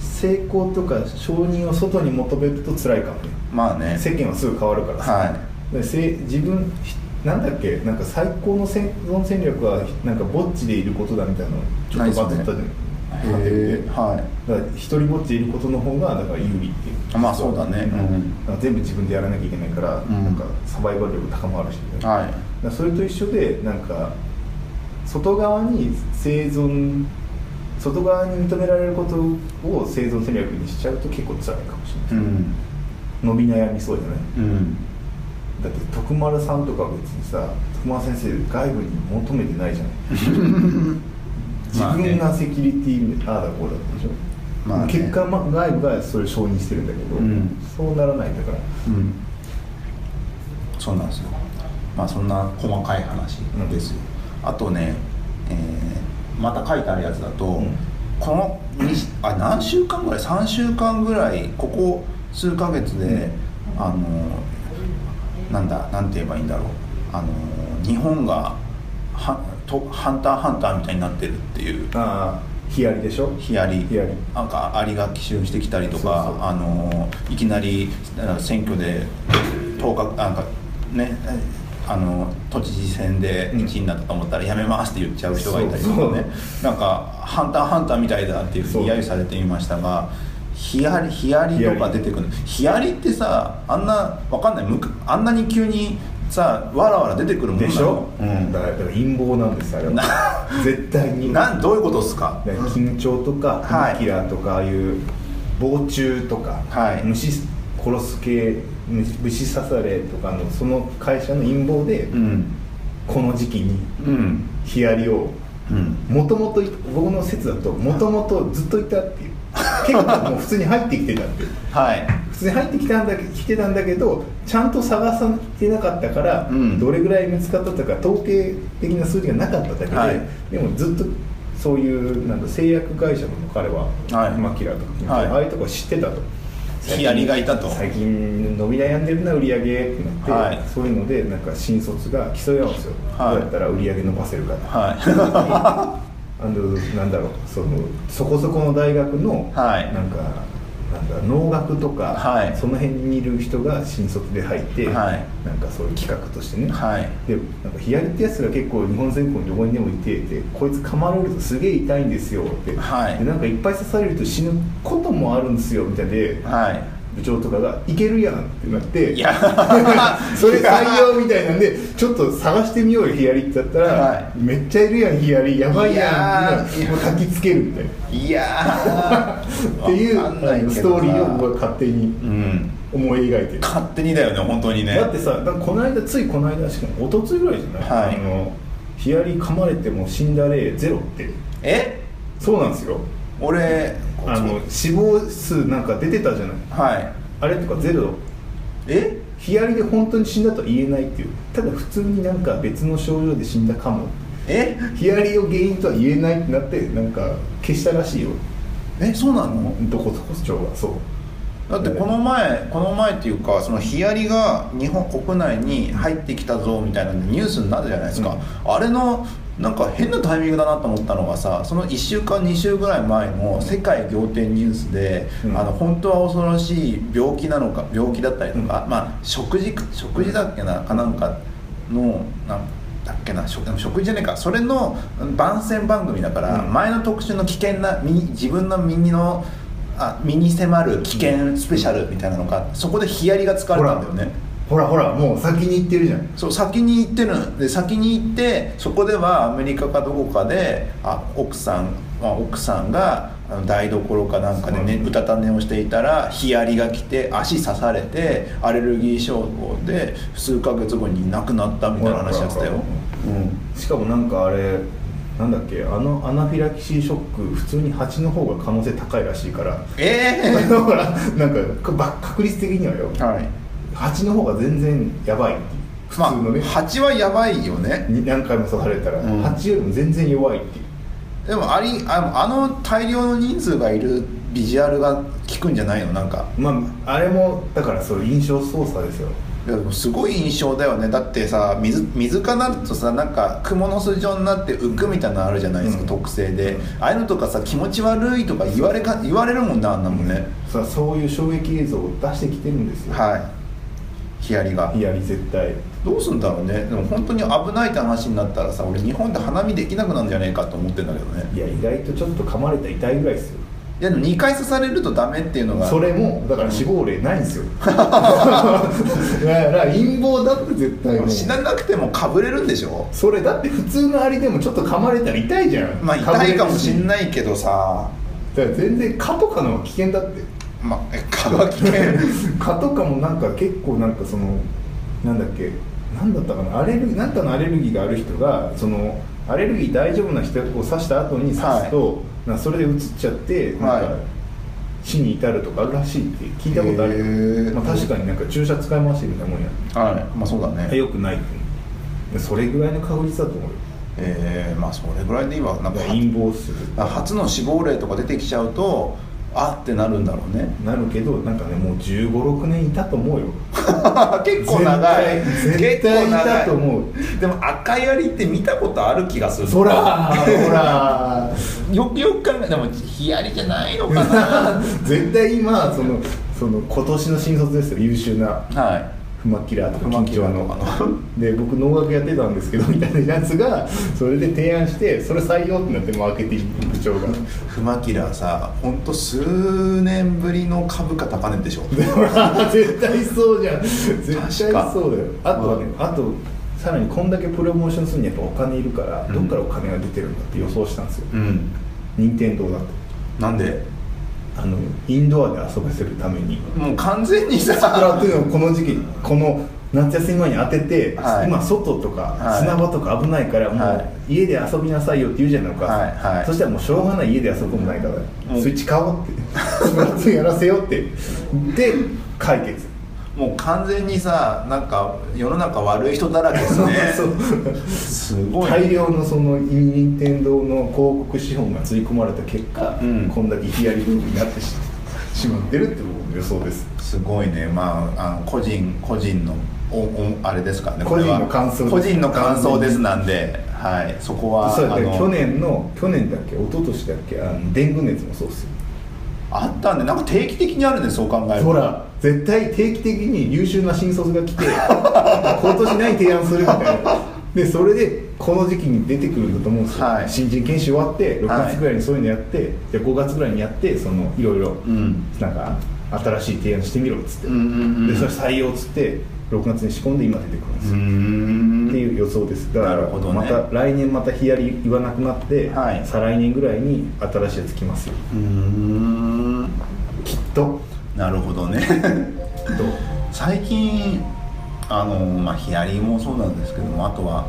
S2: 成功とか承認を外に求めると辛いかもね
S1: まあね
S2: 世間はすぐ変わるからさ
S1: は
S2: でせ自分ひなんだっけなんか最高の生存戦略はなんかぼっちでいることだみたいなのちょっとバズったじゃん、
S1: い
S2: なんだっけ
S1: は
S2: だから一人ぼっちでいることの方がだから有利っていう
S1: いまあそうだね
S2: なんか全部自分でやらなきゃいけないから、
S1: ん
S2: なんかサバイバル力高まるし、
S1: うん
S2: だか
S1: は
S2: らそれと一緒でなんか外側に生存外側に認められることを生存戦略にしちゃうと結構辛いかもしれない
S1: いうん
S2: 伸び悩みそうじゃない
S1: うん
S2: だって徳丸さんとか別にさ徳丸先生外部に求めてないじ
S1: (laughs)
S2: ゃん自分がセキュリティああだこうだったでしょ、
S1: まあね
S2: 結果、ま、外部がそれを承認してるんだけど、
S1: うん
S2: そうならないんだから、
S1: うんそうなんですよまあそんな細かい話ですよ、あとね、えーまた書いてあるやつだと、
S2: うん
S1: このにあ何週間ぐらい3週間ぐらいここ数ヶ月で、あのなんだなんて言えばいいんだろうあの日本がはとハンターハンターみたいになってるっていう
S2: ああヒアリでしょ
S1: ヒアリ
S2: ヒアリ
S1: なんかアリが奇襲してきたりとか
S2: そうそう
S1: あのいきなりあ選挙で当確なんかねあの都知事選で
S2: うん
S1: 1位になったと思ったら「やめます」って言っちゃう人がいたりと
S2: そう
S1: か
S2: そ
S1: ね
S2: う
S1: なんか「ハンターハンター」みたいだっていうふうに
S2: そう
S1: 揶揄されていましたがヒアリヒアリとか出てくるヒアリってさあんなわかんないむくあんなに急にさわらわら出てくるもんな
S2: で
S1: の
S2: しょ、
S1: うん
S2: だからだから陰謀なんですあれ
S1: な
S2: は (laughs) 絶対に
S1: なんどういうことですか
S2: ね緊張とか
S1: はい
S2: キラーとかああいう防虫とか、
S1: はい
S2: 虫殺す系虫虫刺されとかのその会社の陰謀で、
S1: うん
S2: この時期に
S1: うん
S2: ヒアリを
S1: うん
S2: もともと僕の説だともともとずっといたっていう結構もう普通に入ってきてたっていう
S1: はい
S2: 普通に入ってきたんだけ来てたんだけどちゃんと探さてなかったから、
S1: うん
S2: どれぐらい見つかったとか統計的な数字がなかっただけで、
S1: はい
S2: でもずっとそういうなんだ製薬会社の彼は、
S1: はい
S2: マキラとか、
S1: はい
S2: ああいうとこ知ってたと最近
S1: ヒアリがいたと
S2: 最近伸び悩んでるな売り上げってなって、
S1: はい
S2: そういうのでなんか新卒が競い合うんですよ、
S1: はい
S2: どうやったら売り上げ伸ばせるかと
S1: はい
S2: あのなんだろうそのそこそこの大学の、
S1: はい
S2: なんかなんだ農学とか、
S1: はい
S2: その辺にいる人が新卒で入って、
S1: はい
S2: なんかそういう企画としてね、
S1: はい
S2: でなんかヒアリってやつが結構日本全国どこにでもいててこいつ噛まれるとすげえ痛いんですよって、
S1: はい
S2: でなんかいっぱい刺されると死ぬこともあるんですよみたいで、
S1: は
S2: 部長とかが「いけるやん」ってなって
S1: いや
S2: (laughs) それ採用みたいなんでちょっと探してみようよヒアリって言ったら、
S1: は
S2: めっちゃいるやんヒアリやばいやんって
S1: いやー
S2: もう焚きつけるみたいない
S1: いやー
S2: っていう
S1: わかんないけどさ
S2: ストーリーを僕は勝手に
S1: うん
S2: 思い描いてる、
S1: 勝手にだよね本当にね
S2: だってさなんかこの間ついこの間しかも一昨日ぐらいじゃない、
S1: はい
S2: あのヒアリ噛まれても死んだ例ゼロって
S1: え
S2: そうなんですよ
S1: 俺
S2: あの死亡数なんか出てたじゃない
S1: はい
S2: あれとかゼロ
S1: え
S2: ヒアリで本当に死んだとは言えないっていうただ普通になんか別の症状で死んだかも
S1: え
S2: ヒアリを原因とは言えないってなってなんか消したらしいよ
S1: えそうなの
S2: どこそこ市長がそう
S1: だってこの前この前っていうかそのヒアリが日本国内に入ってきたぞみたいなニュースになるじゃないですか、あれのなんか変なタイミングだなと思ったのがさその1週間2週ぐらい前の世界仰天ニュースで、
S2: うん
S1: あの本当は恐ろしい病気なのか病気だったりとか、まあ食事食事だっけなかなんかのなんだっけな食食事じゃねえかそれの番宣番組だから、
S2: うん
S1: 前の特集の危険な身自分の身のあ身に迫る危険スペシャルみたいなのがそこでヒアリが使われたんだよね
S2: ほらほらもう先に行ってるじゃん
S1: そう先に行ってるんで先に行ってそこではアメリカかどこかであ奥さん、まあ、奥さんがあの台所かなんかで、ね
S2: そう
S1: うたた寝をしていたらヒアリが来て足刺されてアレルギー症候で数ヶ月後に亡くなったみたいな話やってたよ
S2: ほらほ
S1: うん
S2: しかもなんかあれなんだっけあのアナフィラキシーショック普通に蜂の方が可能性高いらしいから
S1: え
S2: だからなんかば確率的にはよ (laughs)
S1: えはい
S2: 蜂の方が全然やばいっていう普通
S1: まあ
S2: のね、
S1: 蜂はやばいよね
S2: に何回も刺されたら、
S1: うん
S2: 蜂よりも全然弱いっていう
S1: でもありあのあの大量の人数がいるビジュアルが効くんじゃないのなんか
S2: まああれもだからそう印象操作ですよ
S1: いやでもすごい印象だよねだってさ水水かなるとさなんか蜘蛛の巣状になって浮くみたいなのあるじゃないですか、
S2: うん
S1: 特性でああいうのとかさ気持ち悪いとか言われか言われるもんなあんなもんね、
S2: さそういう衝撃映像を出してきてるんですよ、
S1: はいヒアリが
S2: ヒアリ絶対
S1: どうすんだろうねでも本当に危ないって話になったらさ俺日本で花見できなくなるんじゃねえかと思ってんだけどね
S2: いや意外とちょっと噛まれた痛いぐらいですよ
S1: いやでも2回刺されるとダメっていうのが
S2: それもだから死亡例ないんですよだから陰謀だって絶対もう
S1: 死ななくてもかぶれるんでしょ
S2: それだって普通のアリでもちょっと噛まれたら痛いじゃん
S1: まあ痛いかもしん
S2: い
S1: ないけどさ
S2: だから全然蚊とかの方が危険だって
S1: まあえ蚊は危険
S2: (laughs) 蚊とかもなんか結構なんかそのなんだっけなんだったかなアレルギーなんかのアレルギーがある人がそのアレルギー大丈夫な人を刺した後に刺すと、なんかそれでうつっちゃってなんか、
S1: はい
S2: 死に至るとかあるらしいって聞いたことあ
S1: へ
S2: る、
S1: ー
S2: まあ、確かになんか注射使い回してみたいなもん
S1: は
S2: や
S1: いまあそうだね
S2: よくないってでそれぐらいの確率だと思うよ
S1: えー、まあそれぐらいで今なん
S2: だ
S1: か
S2: から陰謀する
S1: あ初の死亡例とか出てきちゃうとあってなるんだろうね (laughs)
S2: なるけどなんかねもう1 5六6年いたと思うよ
S1: 結構長い
S2: 絶対絶対いたと思う
S1: うでも赤いアリって見たことある気がする
S2: そらほら
S1: よくよく考えでもヒアリじゃないのか
S2: (laughs)
S1: な
S2: 絶対今そのその今年の新卒ですよ優秀な
S1: は
S2: フマキラーとか緊張
S1: フ
S2: の
S1: マキラーとか
S2: で僕農学やってたんですけどみたいなやつがそれで提案してそれ採用ってなってマーケティング部長が (laughs)
S1: いフマキラーさほんと数年ぶりの株価高値でしょ
S2: ほら絶対そうじゃん絶対そうだ
S1: 確
S2: よ
S1: か
S2: あとはねあとさらにこんだけプロモーションするにやっぱお金いるから、
S1: うん
S2: どっからお金が出てるんだって予想したんですよ
S1: うん
S2: 任天堂だと
S1: なんで
S2: あのインドアで遊ばせるために
S1: もう完全にさ
S2: スプ
S1: (laughs)
S2: ラトゥーンをこの時期この夏休み前に当てて、
S1: はい
S2: 今外とか
S1: はい
S2: 砂場とか危ないからも
S1: は
S2: う家で遊びなさいよって言うじゃないのか、
S1: はいはい
S2: そしたらもうしょうがない家で遊ぶもないから、
S1: うん
S2: スイッチ買おうってスプラトゥーンやらせようってで解決
S1: もう完全にさなんか世の中悪い人だらけですね
S2: (laughs)
S1: すごい
S2: 大量のその任天堂の広告資本がつぎ込まれた結果、
S1: うん
S2: こんだけヒヤリブームになってししまってるって僕の予想です
S1: すごいねまああの個人個人のおおあれですかね
S2: 個人の
S1: これは
S2: 感想です
S1: 個人の感想ですなんではいそこは
S2: そうだね
S1: あの
S2: 去年の去年だっけ一昨年だっけあのデング熱もそうですよ
S1: あったんでなんか定期的にあるねそう考えると
S2: ほら絶対定期的に優秀な新卒が
S1: (laughs)
S2: 来て今年何提案するみたいなでそれでこの時期に出てくるんだと思うんですよ、
S1: はい
S2: 新人研修終わって6
S1: はい
S2: 月ぐらいにそういうのやって、じゃあ5月ぐらいにやってそのいろいろ
S1: うん
S2: なんか新しい提案してみろっつって、
S1: うんうんう
S2: で
S1: ん
S2: それ採用っつって6月に仕込んで今出てくるんです
S1: う
S2: よ、
S1: ん
S2: っていう予想ですだか
S1: なる
S2: ら
S1: ほどね
S2: また来年またヒヤリ言わなくなって、
S1: はい
S2: 再来年ぐらいに新しいやつ来ますよ
S1: うーん
S2: きっと
S1: なるほどね (laughs)
S2: きっと
S1: 最近あのまあヒアリもそうなんですけどもあとは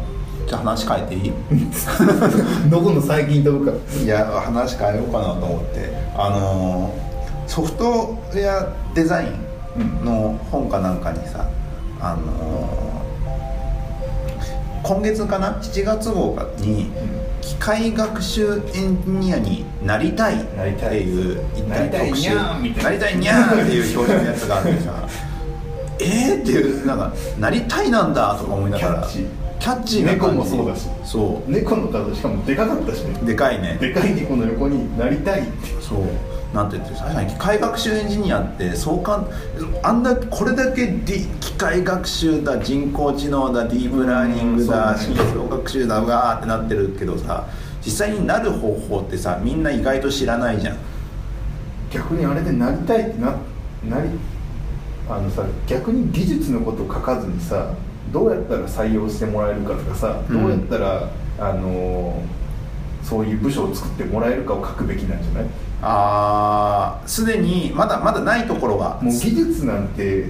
S1: じゃあ話変えていい (laughs)
S2: どこの最近飛ぶか
S1: いや話変えようかなと思ってあのーソフトウェアデザインの本かなんかにさ、あのー今月かな7月号かに機械学習エンジニアになりたいって
S2: なりたい
S1: いう
S2: なりたいにゃーんみたいな
S1: なりたいにゃーんっていう表紙のやつがあって
S2: (laughs)
S1: さえーっていうなんかなりたいなんだとか思いながら
S2: キャッチー
S1: キャッチーな感じ
S2: 猫もそうだし
S1: そう
S2: 猫の数しかもでかかったしね
S1: でかいね
S2: でかい猫の横になりたいって
S1: そうなんて言って確かに機械学習エンジニアってそうかんあんだこれだけ、D、機械学習だ人工知能だディープラーニングだ
S2: うんそう
S1: 深
S2: だね
S1: 層学習だうわーってなってるけどさ実際になる方法ってさみんな意外と知らないじゃん
S2: 逆にあれでなりたいってななりあのさ逆に技術のことを書かずにさどうやったら採用してもらえるかとかさ、
S1: うん
S2: どうやったらあのーそういう部署を作ってもらえるかを書くべきなんじゃない
S1: あーすでにまだまだないところが
S2: もう技術なんて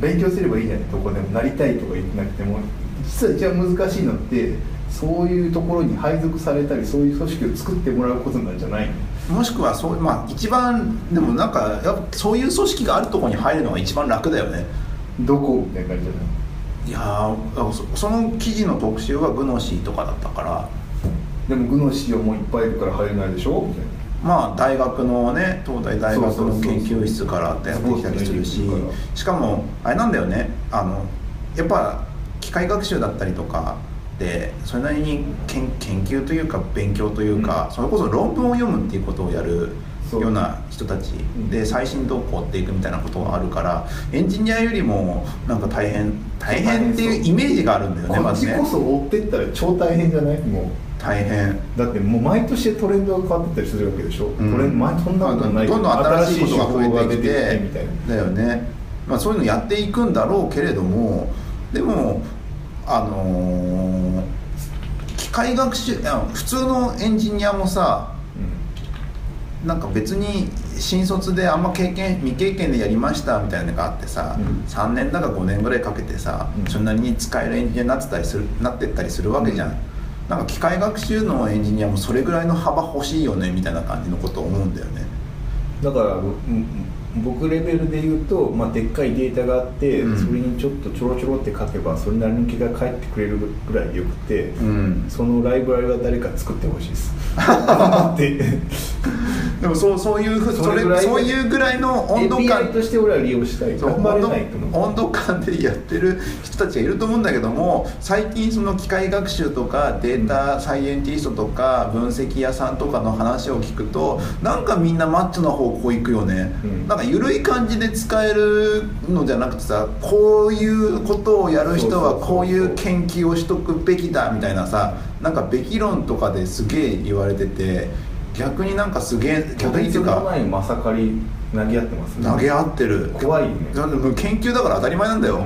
S2: 勉強すればいいじゃないどこでもなりたいとか言ってなくても実は一番難しいのってそういうところに配属されたりそういう組織を作ってもらうことなんじゃないの
S1: もしくはそうまあ一番でもなんかやっぱそういう組織があるところに入るのが一番楽だよね
S2: どこみたいな感じじゃ
S1: い
S2: ない
S1: やーそその記事の特集はグノシーとかだったから
S2: でも具の仕様もいっぱいいるから入れないでしょみたいな
S1: まあ大学のね東大大学
S2: そうそ
S1: の
S2: うそう
S1: 研究室からってやってきたりするし
S2: そうそう
S1: しかもあれなんだよねあのやっぱ機械学習だったりとかでそれなりに研研究というか勉強というか、それこそ論文を読むっていうことをやる
S2: そう
S1: ような人たち
S2: ん
S1: で最新動向を追っていくみたいなことがあるからエンジニアよりもなんか大変大変っていうイメージがあるんだよね
S2: こ
S1: ま
S2: っ
S1: ず
S2: ち
S1: ね
S2: こそ追ってったら超大変じゃないもう
S1: 大変
S2: だってもう毎年トレンドが変わってたりするわけでしょ、
S1: うん
S2: トレンド前そんなことないけ
S1: どんどん新しいことが増えてきて
S2: 新しい手法が出みたいな
S1: だよね、まあ、そういうのやっていくんだろうけれどもでもあのー機械学習あ普通のエンジニアもさなんか別に新卒であんま経験未経験でやりましたみたいなのがあってさ、
S2: うん
S1: 3年だか5年ぐらいかけてさ、
S2: うん
S1: それなりに使えるエンジニアになってたりするなってったりするわけじゃん、なんか機械学習のエンジニアもそれぐらいの幅欲しいよねみたいな感じのことを思うんだよね
S2: だからぼ僕レベルで言うと、まあ、でっかいデータがあって、
S1: うん
S2: それにちょっとちょろちょろって書けばそれなりの気が返ってくれるぐらいよくて、
S1: うん
S2: そのライブラリは誰か作ってほしいです
S1: (laughs)
S2: (laughs) って
S1: でもそうそういうふそ
S2: それ
S1: れ
S2: ぐらい
S1: そういうぐらいの温度
S2: API
S1: 感
S2: として俺は利用したい
S1: そう
S2: 頑張
S1: 温
S2: れ
S1: 度
S2: ないと思う
S1: 温度感でやってる人たちがいると思うんだけども最近その機械学習とかデータサイエンティストとか分析屋さんとかの話を聞くとなんかみんなマッチョな方向行くよね、
S2: うん
S1: なんか緩い感じで使えるのじゃなくてさこういうことをやる人はこういう研究をしとくべきだみたいなさなんかべき論とかですげえ言われてて逆になんかすげえ逆にっていう
S2: と
S1: か。
S2: 前にまさかり投げ合ってますね
S1: 投げ合ってる
S2: 怖いよね
S1: だってもう研究だから当たり前なんだよ、
S2: うん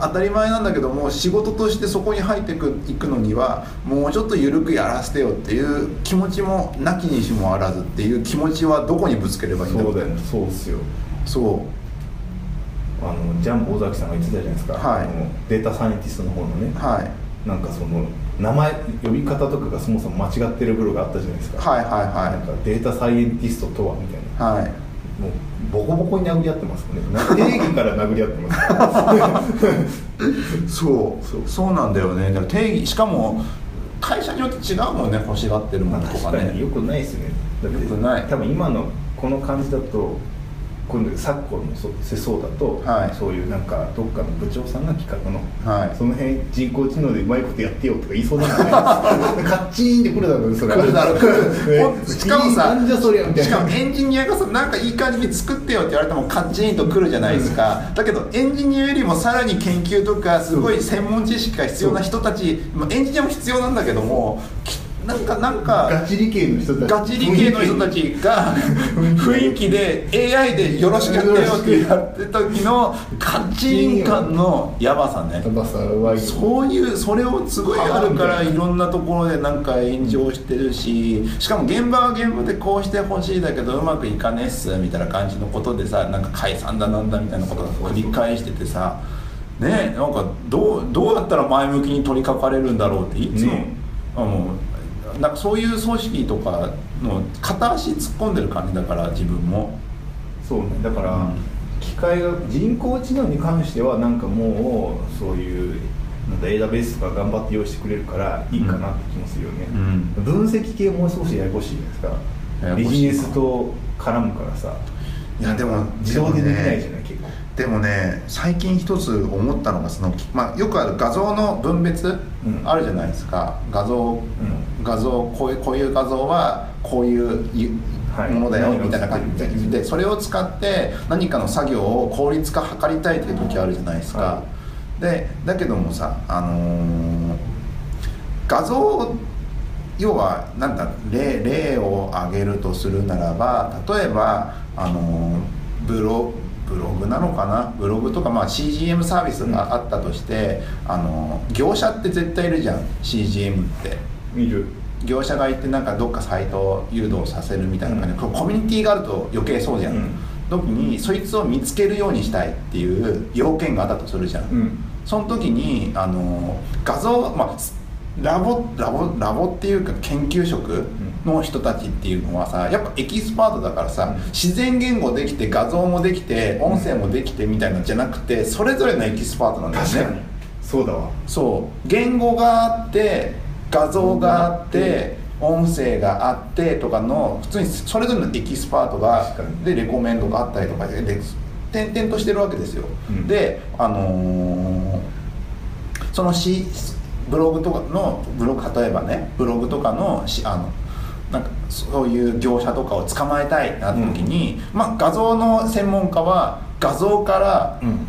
S1: 当たり前なんだけども仕事としてそこに入ってくいくのにはもうちょっと緩くやらせてよっていう気持ちもなきにしもあらずっていう気持ちはどこにぶつければいいんだろ
S2: そううだよねそうっすよ
S1: そ
S2: あのジャンボ尾崎さんが言ってたじゃないですか、
S1: はい
S2: あのデータサイエンティストの方のね
S1: う、はい、
S2: なんかその名前呼び方とかがそもそも間違ってる部分があったじゃないですか、
S1: はいはい
S2: なん
S1: は
S2: かデータサイエンティストとはみたいない
S1: はい
S2: もうボコボコに殴り合ってますよねな定義から殴り合ってます
S1: そう
S2: そ
S1: そううなんだよねだから定義しかも会社によって違うもんね欲しがってるも
S2: まあ
S1: のと
S2: 確
S1: か
S2: かに
S1: ね
S2: よくないですよねだって
S1: 良くない
S2: 多分今のこの感じだと今度昨今のそ世相だと、
S1: はい
S2: そういうなんかどっかの部長さんが企画の、
S1: はい
S2: その辺人工知能でうまいことやってよとか言いそうなんじゃな
S1: (laughs)
S2: いですかカッチーンってくるだろうねそれ
S1: 来るだろう
S2: ね
S1: しかも
S2: いい
S1: さ
S2: なんじゃそりゃみたい
S1: し
S2: な
S1: かもエンジニアがさなんかいい感じに作ってよって言われてもカッチンとくるじゃないですか、だけどエンジニアよりもさらに研究とかすごい専門知識が必要な人たち、まあエンジニアも必要なんだけどもきなんかなん
S2: ガ
S1: か
S2: チ理系の人たち
S1: ガチ理系の人たちが雰囲気で AI でよろしくやってよってやってた時のカッチン感のヤバさね
S2: やっぱさうまい
S1: そういうそれをすごいあるからいろんなところでなんか炎上してるししかも現場は現場でこうしてほしいだけどうまくいかねえっすみたいな感じのことでさなんか解散だなんだみたいなことが繰り返しててさねえなんかどうどうやったら前向きに取り掛かれるんだろうっていつも、
S2: ね
S1: あもうなんかそういう組織とかの片足突っ込んでる感じだから自分も。
S2: そうねだから、
S1: うん
S2: 機械が人工知能に関してはなんかもうそういうなんだデータベースとか頑張って用意してくれるからいいかなって気もするよね、
S1: うん
S2: 分析系も少しややこしいじゃないですか
S1: ややこしい
S2: ビ
S1: な
S2: ジネスと絡むからさ
S1: いやでも
S2: 自動でできない
S1: で
S2: じゃ
S1: も
S2: ない、
S1: ね
S2: 結構
S1: でもね最近一つ思ったのがその、まあ、よくある画像の分別
S2: うん
S1: あるじゃないですか、画像、画像こういうこういう画像はこういうゆ
S2: はい
S1: ものだよ
S2: 何が
S1: みたいな感じ
S2: 映ってるみたいな
S1: でそれを使って何かの作業を効率化図りたいという時あるじゃないですか、
S2: は
S1: でだけどもさあのー画像を要はなんだ例例を挙げるとするならば例えばあのブロブログなのかなブログとか、まあ、CGM サービスがあったとして、あの業者って絶対いるじゃん CGM って
S2: 見る
S1: 業者がいてなんかどっかサイト誘導させるみたいな感じで、こうコミュニティがあると余計そうじゃん、
S2: うん
S1: 時にそいつを見つけるようにしたいっていう要件があったとするじゃん、
S2: うん
S1: その時にあの画像、まあ、ラボラボラボっていうか研究職の人たちっていうのはさやっぱエキスパートだからさ、
S2: うん
S1: 自然言語できて画像もできて音声もできてみたいなのじゃなくてそれぞれのエキスパートなんだよね
S2: 確かにそうだわ
S1: そう言語があって画像があって音声があってとかの普通にそれぞれのエキスパートが
S2: 確かに
S1: でレコメンドがあったりとかでで点々としてるわけですよ、
S2: うん
S1: であのーそのしブログとかのブログ例えばねブログとかのしあのなんかそういう業者とかを捕まえたいなって時に、まあ画像の専門家は画像から
S2: うん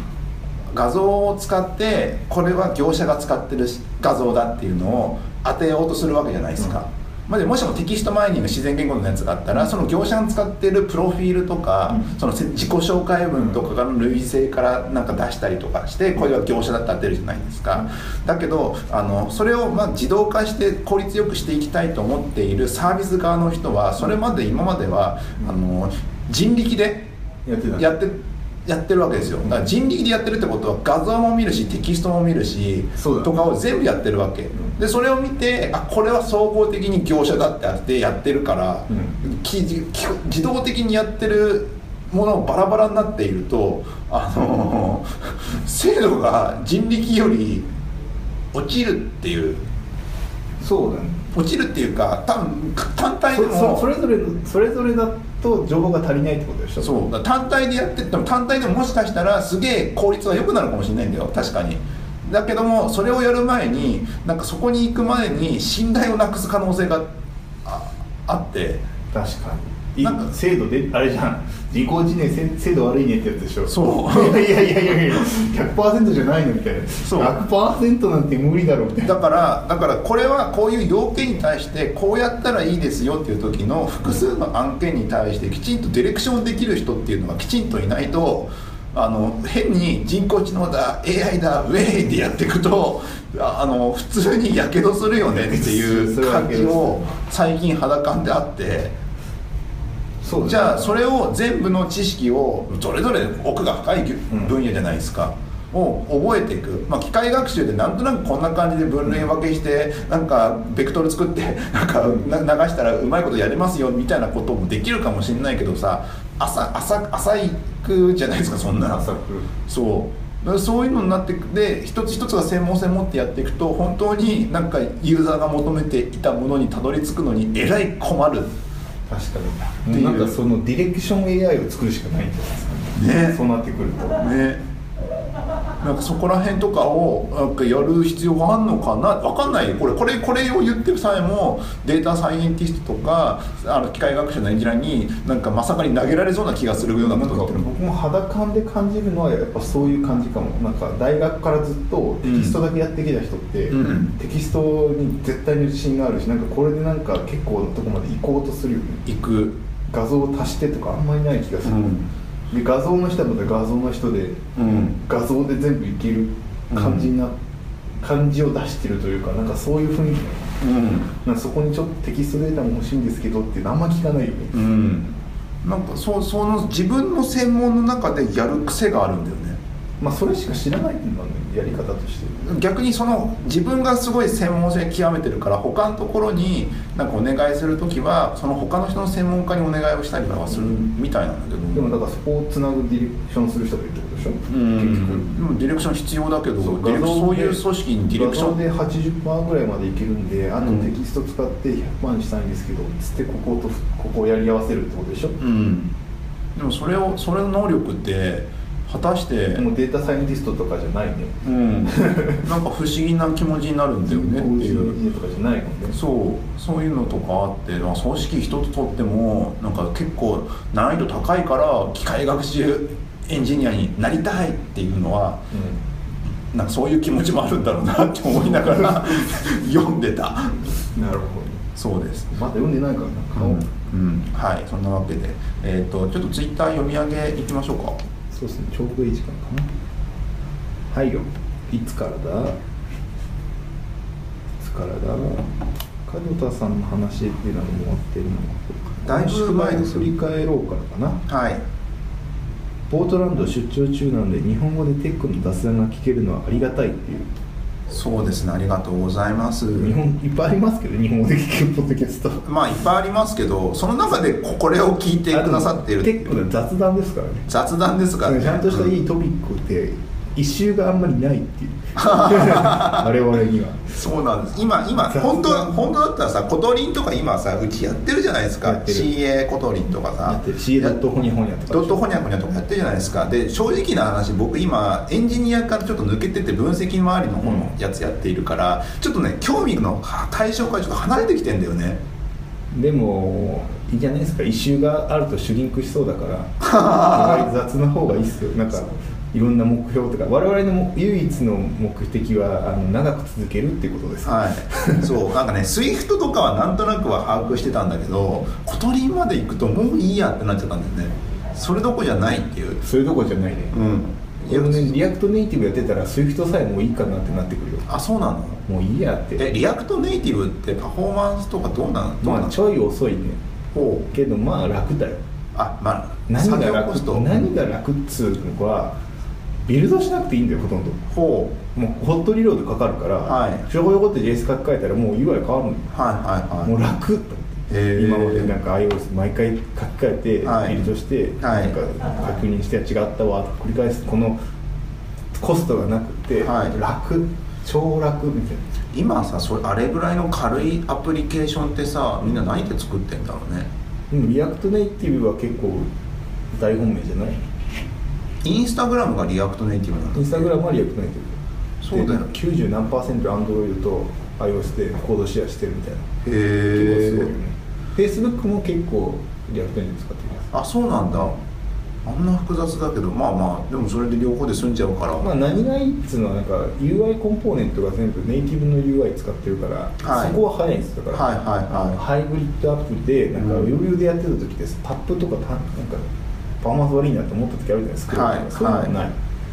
S1: 画像を使ってこれは業者が使ってるし画像だっていうのを当てようとするわけじゃないですか、まあ、でもしもテキストマイニング自然言語のやつがあったらその業者の使ってるプロフィールとか、そのせ自己紹介文とかの類性からなんか出したりとかしてこれは業者だって当てるじゃないですかだけどあのそれをまあ自動化して効率よくしていきたいと思っているサービス側の人はそれまで今まではあの人力で
S2: やってた
S1: やってやってるわけですよだから人力でやってるってことは画像も見るしテキストも見るし
S2: そうだね
S1: とかを全部やってるわけ、でそれを見てあこれは総合的に業者だってあってやってるから、
S2: う
S1: きじき自動的にやってるものをバラバラになっているとあの (laughs) 精度が人力より落ちるっていう
S2: そうだね
S1: 落ちるっていうか多分単体で
S2: そ
S1: も
S2: そそれぞれのそれぞれだと情報が足りないってことでしょ
S1: そうだから単体でやってっても単体でももしかしたらすげえ効率は良くなるかもしれないんだよ確かにだけどもそれをやる前になんかそこに行く前に信頼をなくす可能性がああって
S2: 確かにい
S1: なんか
S2: 制度であれじゃん人工知能せ制度悪いねってやつでしょ
S1: そう
S2: いやいやいやいや100%じゃないのみたいな
S1: そう
S2: 100%なんて無理だろうみたいな
S1: だからだからこれはこういう要件に対してこうやったらいいですよっていう時の複数の案件に対してきちんとディレクションできる人っていうのがきちんといないとあの変に人工知能だ AI だウェイってやっていくとああの普通にやけどするよねってい
S2: そう
S1: う感じ
S2: それは
S1: を最近肌感であって。
S2: そう
S1: じゃあそれを全部の知識をどれどれ奥が深いぎゅ
S2: ん
S1: 分野じゃないですか、を覚えていく、まあ、機械学習でなんとなくこんな感じで分類分けしてなんかベクトル作って (laughs) なんかな流したらうまいことやりますよみたいなこともできるかもしれないけどさ浅浅浅いくじゃないですかそんな
S2: 浅く
S1: そうだからそういうのになってくで一つ一つが専門性持ってやっていくと本当になんかユーザーが求めていたものにたどり着くのにえらい困る
S2: 確か
S1: っていう
S2: にもうなんかそのディレクション AI を作るしかないんじゃないで
S1: ね
S2: すかそうなってくると
S1: ねなんかそこら辺とかをなんかやる必要があるのかなわかんないよこれこれこれを言ってる際もデータサイエンティストとかあの機械学習のエンジニアになんかまさかに投げられそうな気がするような
S2: な
S1: こ
S2: ん
S1: と
S2: か
S1: を言って
S2: 僕
S1: るもん
S2: も肌感で感じるのはやっぱそういう感じかもなんか大学からずっとテキストだけやってきた人って、
S1: うん
S2: テキストに絶対に自信があるしなんかこれでなんか結構なとこまで行こうとするよね
S1: 行く、
S2: 画像を足してとかあんまりない気がする、で画像の人はまた画像の人で
S1: うん、
S2: 画像で全部いける感じな、感じを出してるというかなんかそういう雰囲気
S1: うん
S2: なんかそこにちょっとテキストデータも欲しいんですけどってあんま聞かないよね、
S1: うんなんかそうその自分の専門の中でやる癖があるんだよね
S2: まあそれしか知らないっていうのはねやり方として
S1: 逆にその自分がすごい専門性極めてるから他のところになんかお願いする時はその他の人の専門家にお願いをしたりとかするみたいなんだけど
S2: でもだからそこをつなぐディレクションする人がいるってことでしょ、
S1: うんでもディレクション必要だけど
S2: そ
S1: デ
S2: う
S1: ィレク
S2: 画像
S1: そう
S2: で
S1: いう組織にディレクション
S2: 画像で80%ぐらいまでいけるんであと
S1: うん
S2: テキスト使って100%にしたいんですけどつってこことここをやり合わせるってことでしょ、
S1: うんでもそれをそれの能力って果たして
S2: もうデータサイエンティストとかじゃないね
S1: うんなんか不思議な気持ちになるんだよねっていう。
S2: 人とかじゃないもんね
S1: そうそういうのとかあって、まあ、組織一つとってもなんか結構難易度高いから機械学習エンジニアになりたいっていうのはなんかそういう気持ちもあるんだろうなって思いながら (laughs) 読んでた
S2: うん、なるほど
S1: そうです
S2: まだ読んでないからな
S1: うん、はいそんなわけで、えー、とちょっとツイッター読み上げいきましょうか
S2: そうですねちょうどいい時間かなはいよいつからだいつからだ角田さんの話っていうのはもう終わってるのか
S1: だいぶ前ですよ
S2: 振り返ろうからかな
S1: はい
S2: ポートランド出張中なんで日本語でテックの雑談が聞けるのはありがたいっていう
S1: そうですねありがとうございます
S2: 日本いっぱいありますけど日本語で聞けるポッドキャスト
S1: まあいっぱいありますけどその中でここれを聞いてくださっているってい
S2: テッ
S1: う
S2: クの雑談ですからね
S1: 雑談ですから、ね、
S2: ちゃんとしたいいトピックって一周があんまりないっていう
S1: (laughs)
S2: 我々には
S1: そうなんです今今
S2: 雑談
S1: 本当本当だったらさコトリンとか今さうちやってるじゃないですか
S2: やってる
S1: CA コトリンとか
S2: だ
S1: さ
S2: って CA ドットホニャホニャとか
S1: ドットホニャホニャとかやってるじゃないですかで正直な話僕今エンジニアからちょっと抜けてて分析周りの方のやつやっているから、ちょっとね興味の対象からちょっと離れてきてんだよね
S2: でもいいじゃ
S1: (laughs)
S2: ないですか一周があるとシュリンクしそうだから雑な方がいいっすよなんかいろんな目標とか我々のも唯一の目的はあの長く続けるっていうことです、 (laughs)
S1: はい、そうなんかね SWIFT とかはなんとなくは把握してたんだけど小鳥まで行くともういいやってなっちゃったんだよねそれどこじゃないっていう
S2: それどころじゃないね、
S1: うん
S2: いやね、リアクトネイティブやってたら SWIFT さえもういいかなってなってくるよ
S1: あそうなの
S2: もういいやって
S1: えリアクトネイティブってパフォーマンスとかどうなのどうな
S2: まあ
S1: の
S2: ちょい遅いね
S1: ほう
S2: けどまあ楽だよ
S1: あまあ
S2: 何
S1: 作
S2: が
S1: 業コ
S2: 楽
S1: スト
S2: 何が楽っつうのはビルドしなくていいんだよほとんど
S1: ほう
S2: もうホットリロードかかるから、
S1: はい
S2: ちょこちょこって JS 書き換えたらもう UI 変わるのよ
S1: はいはいはい
S2: もう楽と
S1: へー
S2: 今までなんか iOS 毎回書き換えて、
S1: はい
S2: ビルドして、
S1: はい
S2: なんか確認して違ったわって繰り返すこのコストがなくて、
S1: はい
S2: 楽超楽みたいな
S1: 今さそれあれぐらいの軽いアプリケーションってさみんな何で作ってんだろうね
S2: でもリアクトネイティブは結構大本命じゃない
S1: インスタグラムがリアクトネイティブな
S2: イン
S1: の
S2: スタグラムはリアクトネイティ
S1: そ
S2: ブ
S1: うだよ
S2: で90何パーセントアンドロイドと iOS でコードシェアしてるみたいな
S1: へ
S2: 結構すごいよ
S1: え
S2: ね Facebook も結構リアクトネイティブ使ってる
S1: あそうなんだあんな複雑だけどまあまあでもそれで両方で済んじゃうから、
S2: まあ、何がいいっつうのはなんか UI コンポーネントが全部ネイティブの UI 使ってるから、
S1: はい
S2: そこは早いんですだから、
S1: はいはいはい
S2: あのハイブリッドアプリでなんか
S1: う
S2: ウ
S1: ん
S2: ェブでやってた時ですタップとかタなんかパフォーマンス悪いなと思った時あるじゃないですか、
S1: はい
S2: そういうのもない、
S1: はへ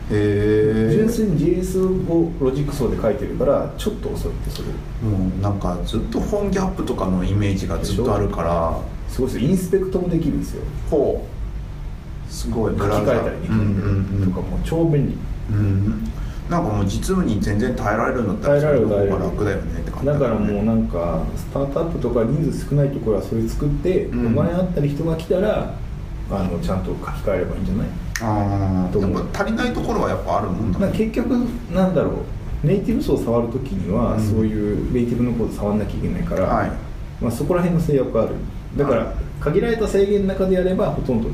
S1: え
S2: 純粋に JS をロジック層で書いてるからちょっと遅いってそれ
S1: もうなんかずっと本ギャップとかのイメージがずっとあるから
S2: すごいですよインスペクトもできるんですよ
S1: ほうすごい
S2: 書き
S1: ブラウザ
S2: 換えたりでき
S1: うんうんう
S2: る
S1: ん
S2: とかもう超便利
S1: うんなんかもう実務に全然耐えられるんだったら
S2: 耐えられる
S1: その方
S2: 耐えら
S1: が
S2: れる
S1: 楽だよねって感じ
S2: だ
S1: よね
S2: からもうなんかスタートアップとか人数少ないところはそれ作って、
S1: うん
S2: お前あったり人が来たらあのちゃんと書き換えればいいんじゃない
S1: ああやっぱ足りないところはやっぱあるもんだ
S2: なん
S1: ね
S2: か結局なんだろうネイティブ層を触るときには、
S1: うん
S2: そういうネイティブのコード触んなきゃいけないから、
S1: はい
S2: まあ、そこら辺の制約はあるだか
S1: は
S2: ら
S1: い
S2: 限られた制限の中でやればほとんど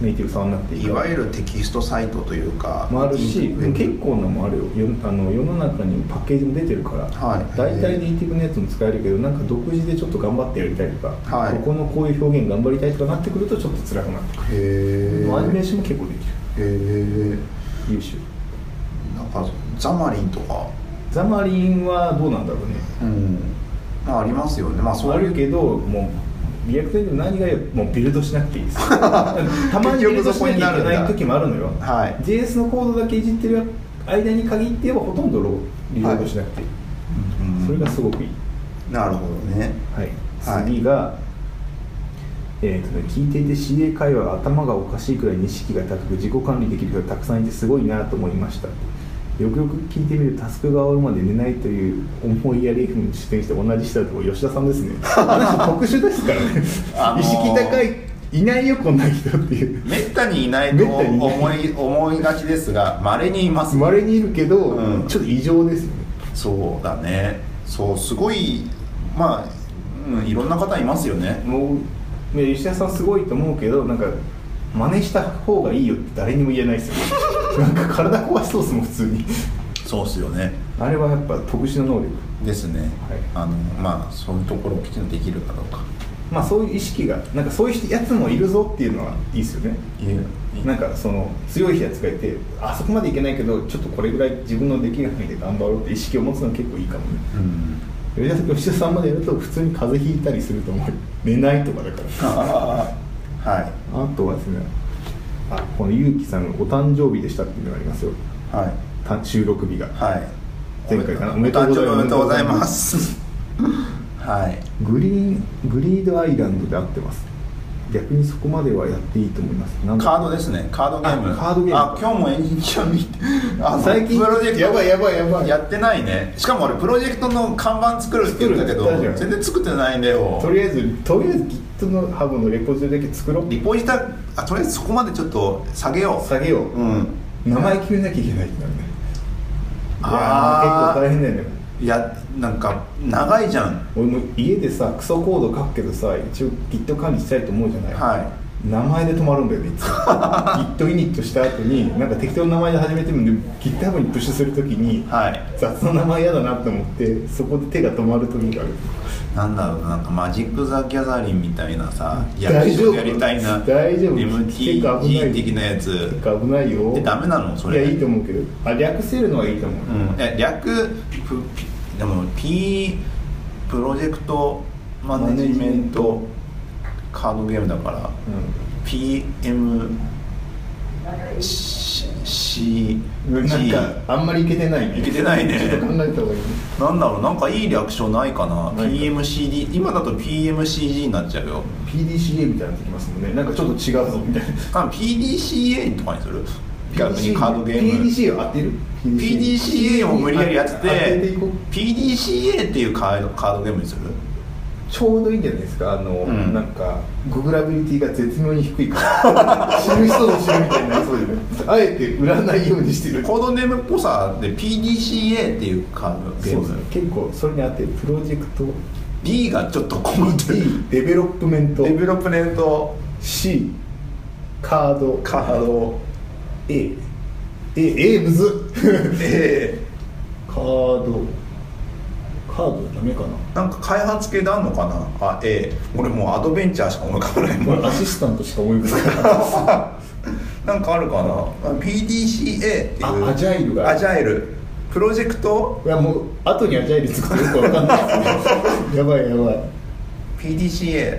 S2: ネイティブ触んなくていい
S1: い
S2: から
S1: わゆるテキストサイトというか
S2: もあるし
S1: インターネット
S2: 結構なもあるよよあの世の中にパッケージも出てるから、
S1: はい
S2: 大体ネイティブのやつも使えるけどなんか独自でちょっと頑張ってやりたいとか、
S1: はい
S2: ここのこういう表現頑張りたいとかなってくるとちょっと辛くなってく
S1: へえ
S2: る、アニメーションも結構でき
S1: へ
S2: る
S1: え
S2: 優秀
S1: なんかザマリンとか
S2: ザマリンはどうなんだろうね
S1: うんまあありますよねまあそう
S2: あ
S1: いう
S2: るけどもうリアクトネイティブ何がよもうビルドしなくていいです (laughs) たまにビルドしなきゃいけない時もあるのよ
S1: はい
S2: JS のコードだけいじってる間に限って言えばほとんどローリロードしなくていい、
S1: うん
S2: それがすごくいい
S1: なるほどね
S2: はい、
S1: はい
S2: 次が、えーとね、聞いていて CA 会話が頭がおかしいくらいに意識が高く自己管理できる人がたくさんいてすごいなと思いましたよくよく聞いてみるとタスクが終わるまで寝ないという思いやりに出演して同じ人だと吉田さんです (laughs) ね私特殊ですからね、
S1: あのー
S2: 意識高いいないよこんな人っていう
S1: めったにいないと
S2: めったにいない
S1: 思い思いがちですがまれにいます
S2: まれにいるけど、
S1: うん
S2: ちょっと異常ですよね
S1: そうだねそうすごいまあ、うん、いろんな方いますよね
S2: もうね吉田さんすごいと思うけどなんか真似した方がいいよって誰にも言えないですよねなんか体壊しそうですもん普通に
S1: そうっすよね
S2: あれはやっぱ特殊な能力
S1: ですね、
S2: はい
S1: あのまあそういうところをきちんとできるかどうか
S2: まあそういう意識がなんかそういう人やつもいるぞっていうのはいいですよね
S1: いう
S2: なんかその強いやつがいてあそこまでいけないけどちょっとこれぐらい自分のできる範囲で頑張ろうって意識を持つのは結構いいかもね
S1: うん
S2: 吉田さん吉田さんまでやると普通に風邪ひいたりすると思う寝ないとかだから
S1: (laughs) はい
S2: あとはですねあこのゆうきさんのお誕生日でしたっていうのがありますよ
S1: はい
S2: た収録日が
S1: はい
S2: 前回かな
S1: おめでとうございますおめでとうございます (laughs) はい
S2: グリーングリードアイランドで合ってます逆にそこまではやっていいと思いますなんだ
S1: カードですねカードゲーム
S2: あカードゲーム
S1: あ今日もエンジニア見てあ
S2: (laughs) 最近
S1: プロジェクト
S2: やばいやばいやばい
S1: やってないねしかも俺プロジェクトの看板作るって言ったけど
S2: 作るって言ったじゃ
S1: 全
S2: ん
S1: 然作ってないんだよ
S2: とりあえずとりあえず Git のハブのレポジトリだけ作ろう
S1: リポジタあとりあえずそこまでちょっと下げよ
S2: 下げよう
S1: う、うん
S2: 名前決めなきゃいけないってなるねいや
S1: あー
S2: ー結構大変だよね
S1: いやなんか長いじゃん
S2: 俺も家でさクソコード書くけどさ一応 Git 管理したいと思うじゃない、
S1: は
S2: 名前で止まるんだよねい (laughs) つも Git イニットした後になんか適当な名前で始めてるんで GitHub にプッシュするときに
S1: はい
S2: 雑な名前嫌だなと思ってそこで手が止まるときがある
S1: なんだろうななんかマジック・ザ・ギャザリンみたいなさ
S2: 大丈夫
S1: やりたいな
S2: 大丈夫結構危ない
S1: MTG 的なやつ
S2: 結構危ないよ
S1: えダメなのそれ
S2: いやいいと思うけどあ略せるのはいいと思う、
S1: うん、え略プでも P プロジェクトマネジメントカードゲームだから
S2: う
S1: PMCG
S2: んなんかあんまりいけてないね
S1: いけてないね
S2: ちょっと考えた方がいいね
S1: なんだろうなんかいい略称ないかな
S2: ないか
S1: PMCD 今だと PMCG になっちゃうよ
S2: PDCA みたいなのできますもんねなんかちょっと違うぞみたい
S1: (laughs)
S2: な
S1: あ PDCA とかにする逆にカードゲーム
S2: PDCA を当てる
S1: PDCA を無理やりやって
S2: 当てて
S1: て
S2: いこう
S1: PDCA っていうカードカードゲームにする
S2: ちょうどいいんじゃないですかあの、
S1: ん
S2: なんかググラビリティが絶妙に低いから (laughs) 死ぬ人の死ぬみたいになりそうでねあえて売らないようにしてる
S1: コードネームっぽさで PDCA っていうカードゲー
S2: そう
S1: ム
S2: 結構それに当てるプロジェクト
S1: D がちょっとこもってる
S2: D デベロップメント
S1: デベロップメント
S2: C カード
S1: カード
S2: A A A むず (laughs) っ
S1: で
S2: カードカードダメかな
S1: なんか開発系であんのかなあ A 俺もうアドベンチャーしか思い浮かばない
S2: (laughs)
S1: もん
S2: アシスタントしか思い浮かばない
S1: なんかあるかなあ PDCA っていう
S2: あアジャイルが
S1: アジャイルプロジェクト
S2: (laughs) いやもう後にアジャイルつくとよくわかんないですね (laughs) やばいやばい
S1: PDCA
S2: PCA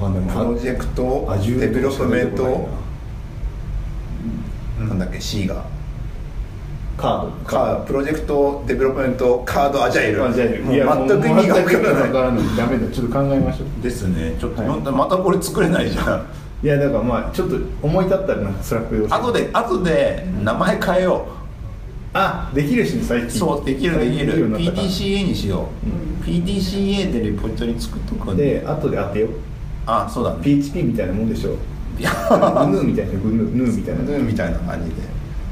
S2: わかんない
S1: プロジェクトデベロップメントなんだっけ C が
S2: カード
S1: カープロジェクトデベロップメントカードアジャイル
S2: アジャイルいや
S1: もう全く意味がわ
S2: 全く意味
S1: から
S2: わ
S1: ない
S2: からないダメだちょっと考えましょう
S1: ですねちょっと、
S2: はい
S1: またこれ作れないじゃん
S2: いやだからまあちょっと思い立ったらなんかスラック用
S1: 後で後で名前変えよ
S2: あできるしね最
S1: う
S2: 近
S1: そうできるでき
S2: 最
S1: る
S2: 近できようになったから
S1: PDCA にしよう、PDCA でレポジトリ作っとく
S2: で後で当てよう
S1: あそうだね
S2: PHP みたいなもんでしょ
S1: いや
S2: グヌーみたいなグヌーヌーみたい
S1: (laughs)
S2: な
S1: ヌーみたいな感じで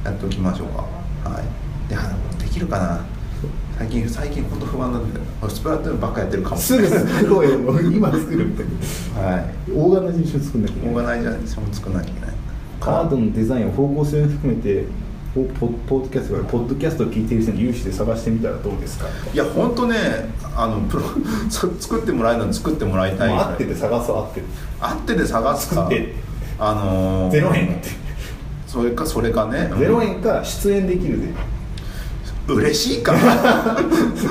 S1: やっておきましょうかはいであできるかな最近最近本当不安なんだよ俺スプラトゥーンばっかやってるかも
S2: すぐ作ろうよ今作るみたいな
S1: は
S2: オーガナイゼーション作んなきゃい
S1: い
S2: け
S1: オ
S2: ない
S1: ーガナイザーにそれも作らなきゃいけない
S2: カードのデザインを方向性を含めてポポポッドキャストからポッドキャストを聞いている人に有志で探してみたらどうですか
S1: いや本当ねあのプロ (laughs) そ作ってもらえるのに作ってもらいたい
S2: もう合ってて探そう合ってる
S1: 合ってで探すか
S2: 作って
S1: あのー
S2: 0円って
S1: それかそれかね
S2: 0円か出演できるで
S1: うん嬉しいかな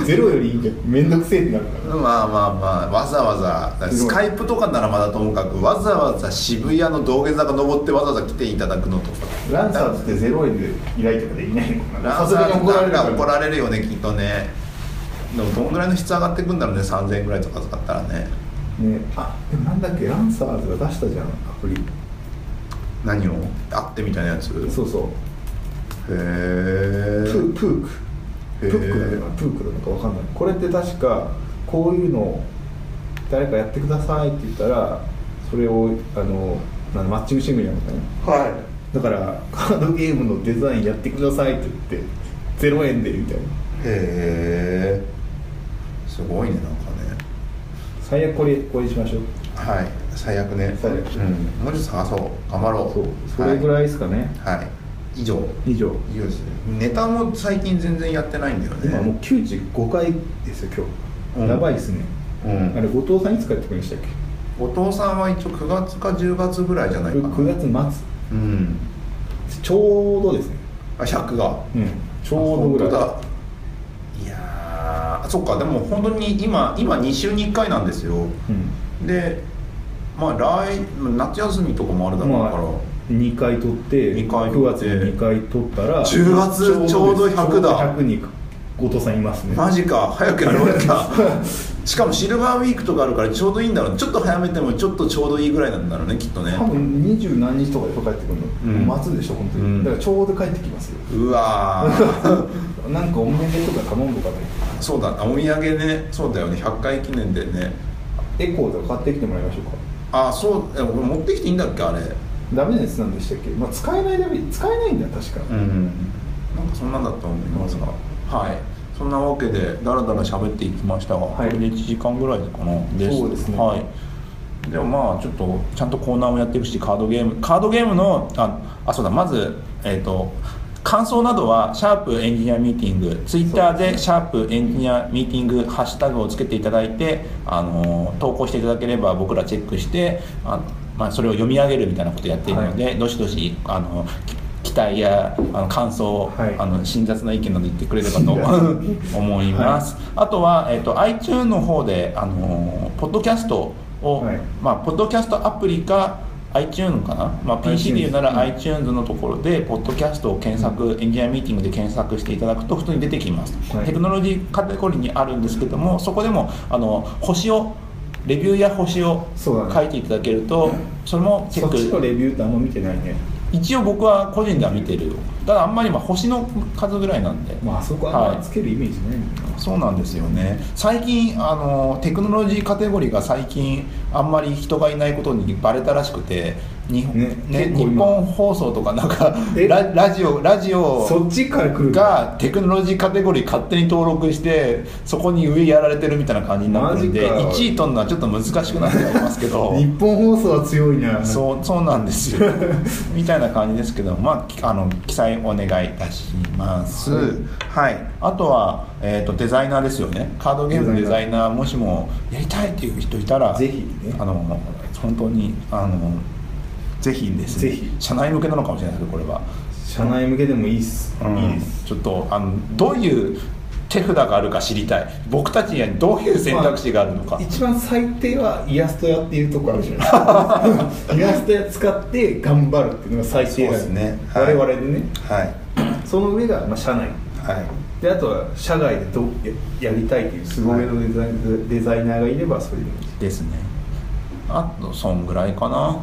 S2: 0よりいいんじゃん面倒くせえってなるか
S1: (laughs)
S2: ら
S1: まあまあまあわざわざスカイプとかならまだともかくわざわざ渋谷の道玄坂登ってわざわざ来ていただくのとか
S2: ランサーズって0円で依頼とかできないのかな
S1: ラ
S2: さ
S1: ン
S2: す
S1: サ
S2: がに
S1: ー
S2: 怒られるか
S1: 怒
S2: ら
S1: られるよねきっとねでもどんぐらいの質上がってくんだろうね3000円ぐらいとか使ったらね
S2: ねあでもなんだっけランサーズが出したじゃんアプリ
S1: 何をあってみたいなやつへ
S2: そうそう
S1: え
S2: プープーク
S1: へー
S2: プークなのかなプークなのかわかんないこれって確かこういうのを誰かやってくださいって言ったらそれをあのなんマッチングシングルなのかね
S1: は
S2: だからカードゲームのデザインやってくださいって言って0円でみたいない
S1: へえすごいねなんかね
S2: 最悪これこれにしましょう
S1: はい最悪ね
S2: 最悪
S1: うん、もうちょっと探そう頑張ろう
S2: そうそれぐらいですかね、
S1: はい、はい以上
S2: 以上
S1: 以上ですねネタも最近全然やってないんだよね
S2: 今もう95回ですよ今
S1: うん
S2: 日やばいですね、
S1: うん
S2: あれ後藤さんいつ帰ってくるんでしたっけ
S1: お父さんは一応9月か10月ぐらいじゃないかな
S2: 9月
S1: うん
S2: 末ちょうどですね、
S1: あ100が
S2: うん、ちょうどぐらい
S1: あ本当だいやーそっかでも本当に今今2週に1回なんですよ
S2: う
S1: でまあ来夏休みとかもあるだ
S2: ん、
S1: ろうから、
S2: まあ2回取って
S1: 二回
S2: 9月に2回取ったら
S1: 10月ちょうど100だ
S2: ちょうど100に後藤さんいますね
S1: マジか早くや (laughs) ろうかしかもシルバーウィークとかあるからちょうどいいんだろうちょっと早めてもちょっとちょうどいいぐらいなんだろうねきっとね
S2: 多分二十何日とかで帰ってくるの、
S1: うん
S2: 待つでしょ本当に、
S1: うん
S2: だからちょうど帰ってきますよ (laughs)
S1: うわー
S2: なんかお土産とか頼んどかない
S1: そうだなお土産ねそうだよね100回記念でね
S2: とエコーとか買ってきてもらいましょうか
S1: あそうえ俺持ってきていいんだっけあれ
S2: ダメなやつなんでしたっけ、まあ、使えないダメ使えないんだよ確か、
S1: うんなんかそんなんだと思いますがはいそんなわけでだらだら喋っていきましたが、
S2: はい
S1: これで1時間ぐらいかな
S2: そうですね
S1: はいでもまあちょっとちゃんとコーナーもやっていくしカードゲームカードゲームのああそうだまずえっ、と感想などは「シャープエンジニアミーティング」ツイッターで「シャープエンジニアミーティング」ハッシュタグをつけていただいて、あのー投稿していただければ僕らチェックしてあ、まあ、それを読み上げるみたいなことやっているので、どしどしあのき期待やあの感想を、
S2: はい
S1: あの辛辣な意見など言ってくれればと思います、あとは、えっと iTune の方で、あのーポッドキャストを、
S2: はい
S1: まあ、ポッドキャストアプリか iTune かな、まあ、PC で言うなら iTunes のところで、ポッドキャストを検索、エンジニアミーティングで検索していただくと、普通に出てきます、
S2: はい
S1: テクノロジーカテゴリーにあるんですけども、そこでもあの星を、レビューや星を
S2: そうだね
S1: 書いていただけると、それもチェ
S2: そっち
S1: ッ
S2: の
S1: ク、
S2: レビューってあんま見てないね
S1: 一応僕は個人では見てる、ただあんまり今、星の数ぐらいなんで。
S2: まああそこはあんまつけるイメージないもんな、
S1: そうなんですよね最近あのテクノロジーカテゴリーが最近あんまり人がいないことにバレたらしくてに、ね
S2: ね結構
S1: 日
S2: 今
S1: 本放送とかなんか
S2: え
S1: ララジオラジ
S2: そ
S1: オ
S2: っちから来るか
S1: がテクノロジーカテゴリー勝手に登録してそこに上やられてるみたいな感じになってるんで
S2: マジか
S1: 1位取るのはちょっと難しくなってはいますけ (laughs) ど
S2: 日本放送は強いな
S1: そうそうなんです (laughs) よみたいな感じですけどまあきあの記載お願いいたしますはい、あとは、えー、とデザイナーですよねカードゲームのデ
S2: デ
S1: ザ
S2: ザ
S1: イナーもしもやりたいっていう人いたら
S2: ぜひね
S1: あの本当にあのぜひですね
S2: ぜひ
S1: 社内向けなのかもしれないですけどこれは、
S2: 社内向けでもいいっす、
S1: うん
S2: いいです
S1: ちょっとあのどういう手札があるか知りたい僕たちにはどういう選択肢があるのか、
S2: 一番最低はイラスト屋っていうとこあるじゃないです (laughs) かイラスト屋使って頑張るっていうのが最低なん
S1: そうですねはい
S2: 我々でね
S1: はい
S2: その上が、まあ、社内
S1: はい
S2: であとは社外でどうややりたいっていうすごめのデザイ,、デザイナーがいればそれでもいい
S1: ですねあとそんぐらいかな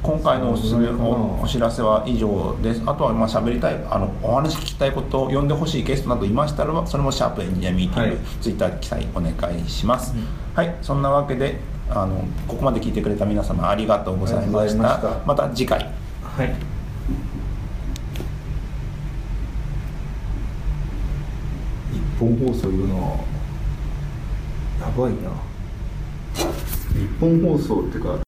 S1: 今回のおすすめ
S2: そんぐらいかな
S1: おお知らせは以上ですあとはまあ喋りたいあのお話聞きたいこと呼んでほしいゲストなどいましたらばそれも「シャープエンジニアミーティング」
S2: はい
S1: ツイッター記載お願いします、
S2: うん
S1: はいそんなわけであのここまで聞いてくれた皆様ありがとうございました
S2: ありがとうございました
S1: また次回
S2: はい日本放送言うなやばいな日本放送ってか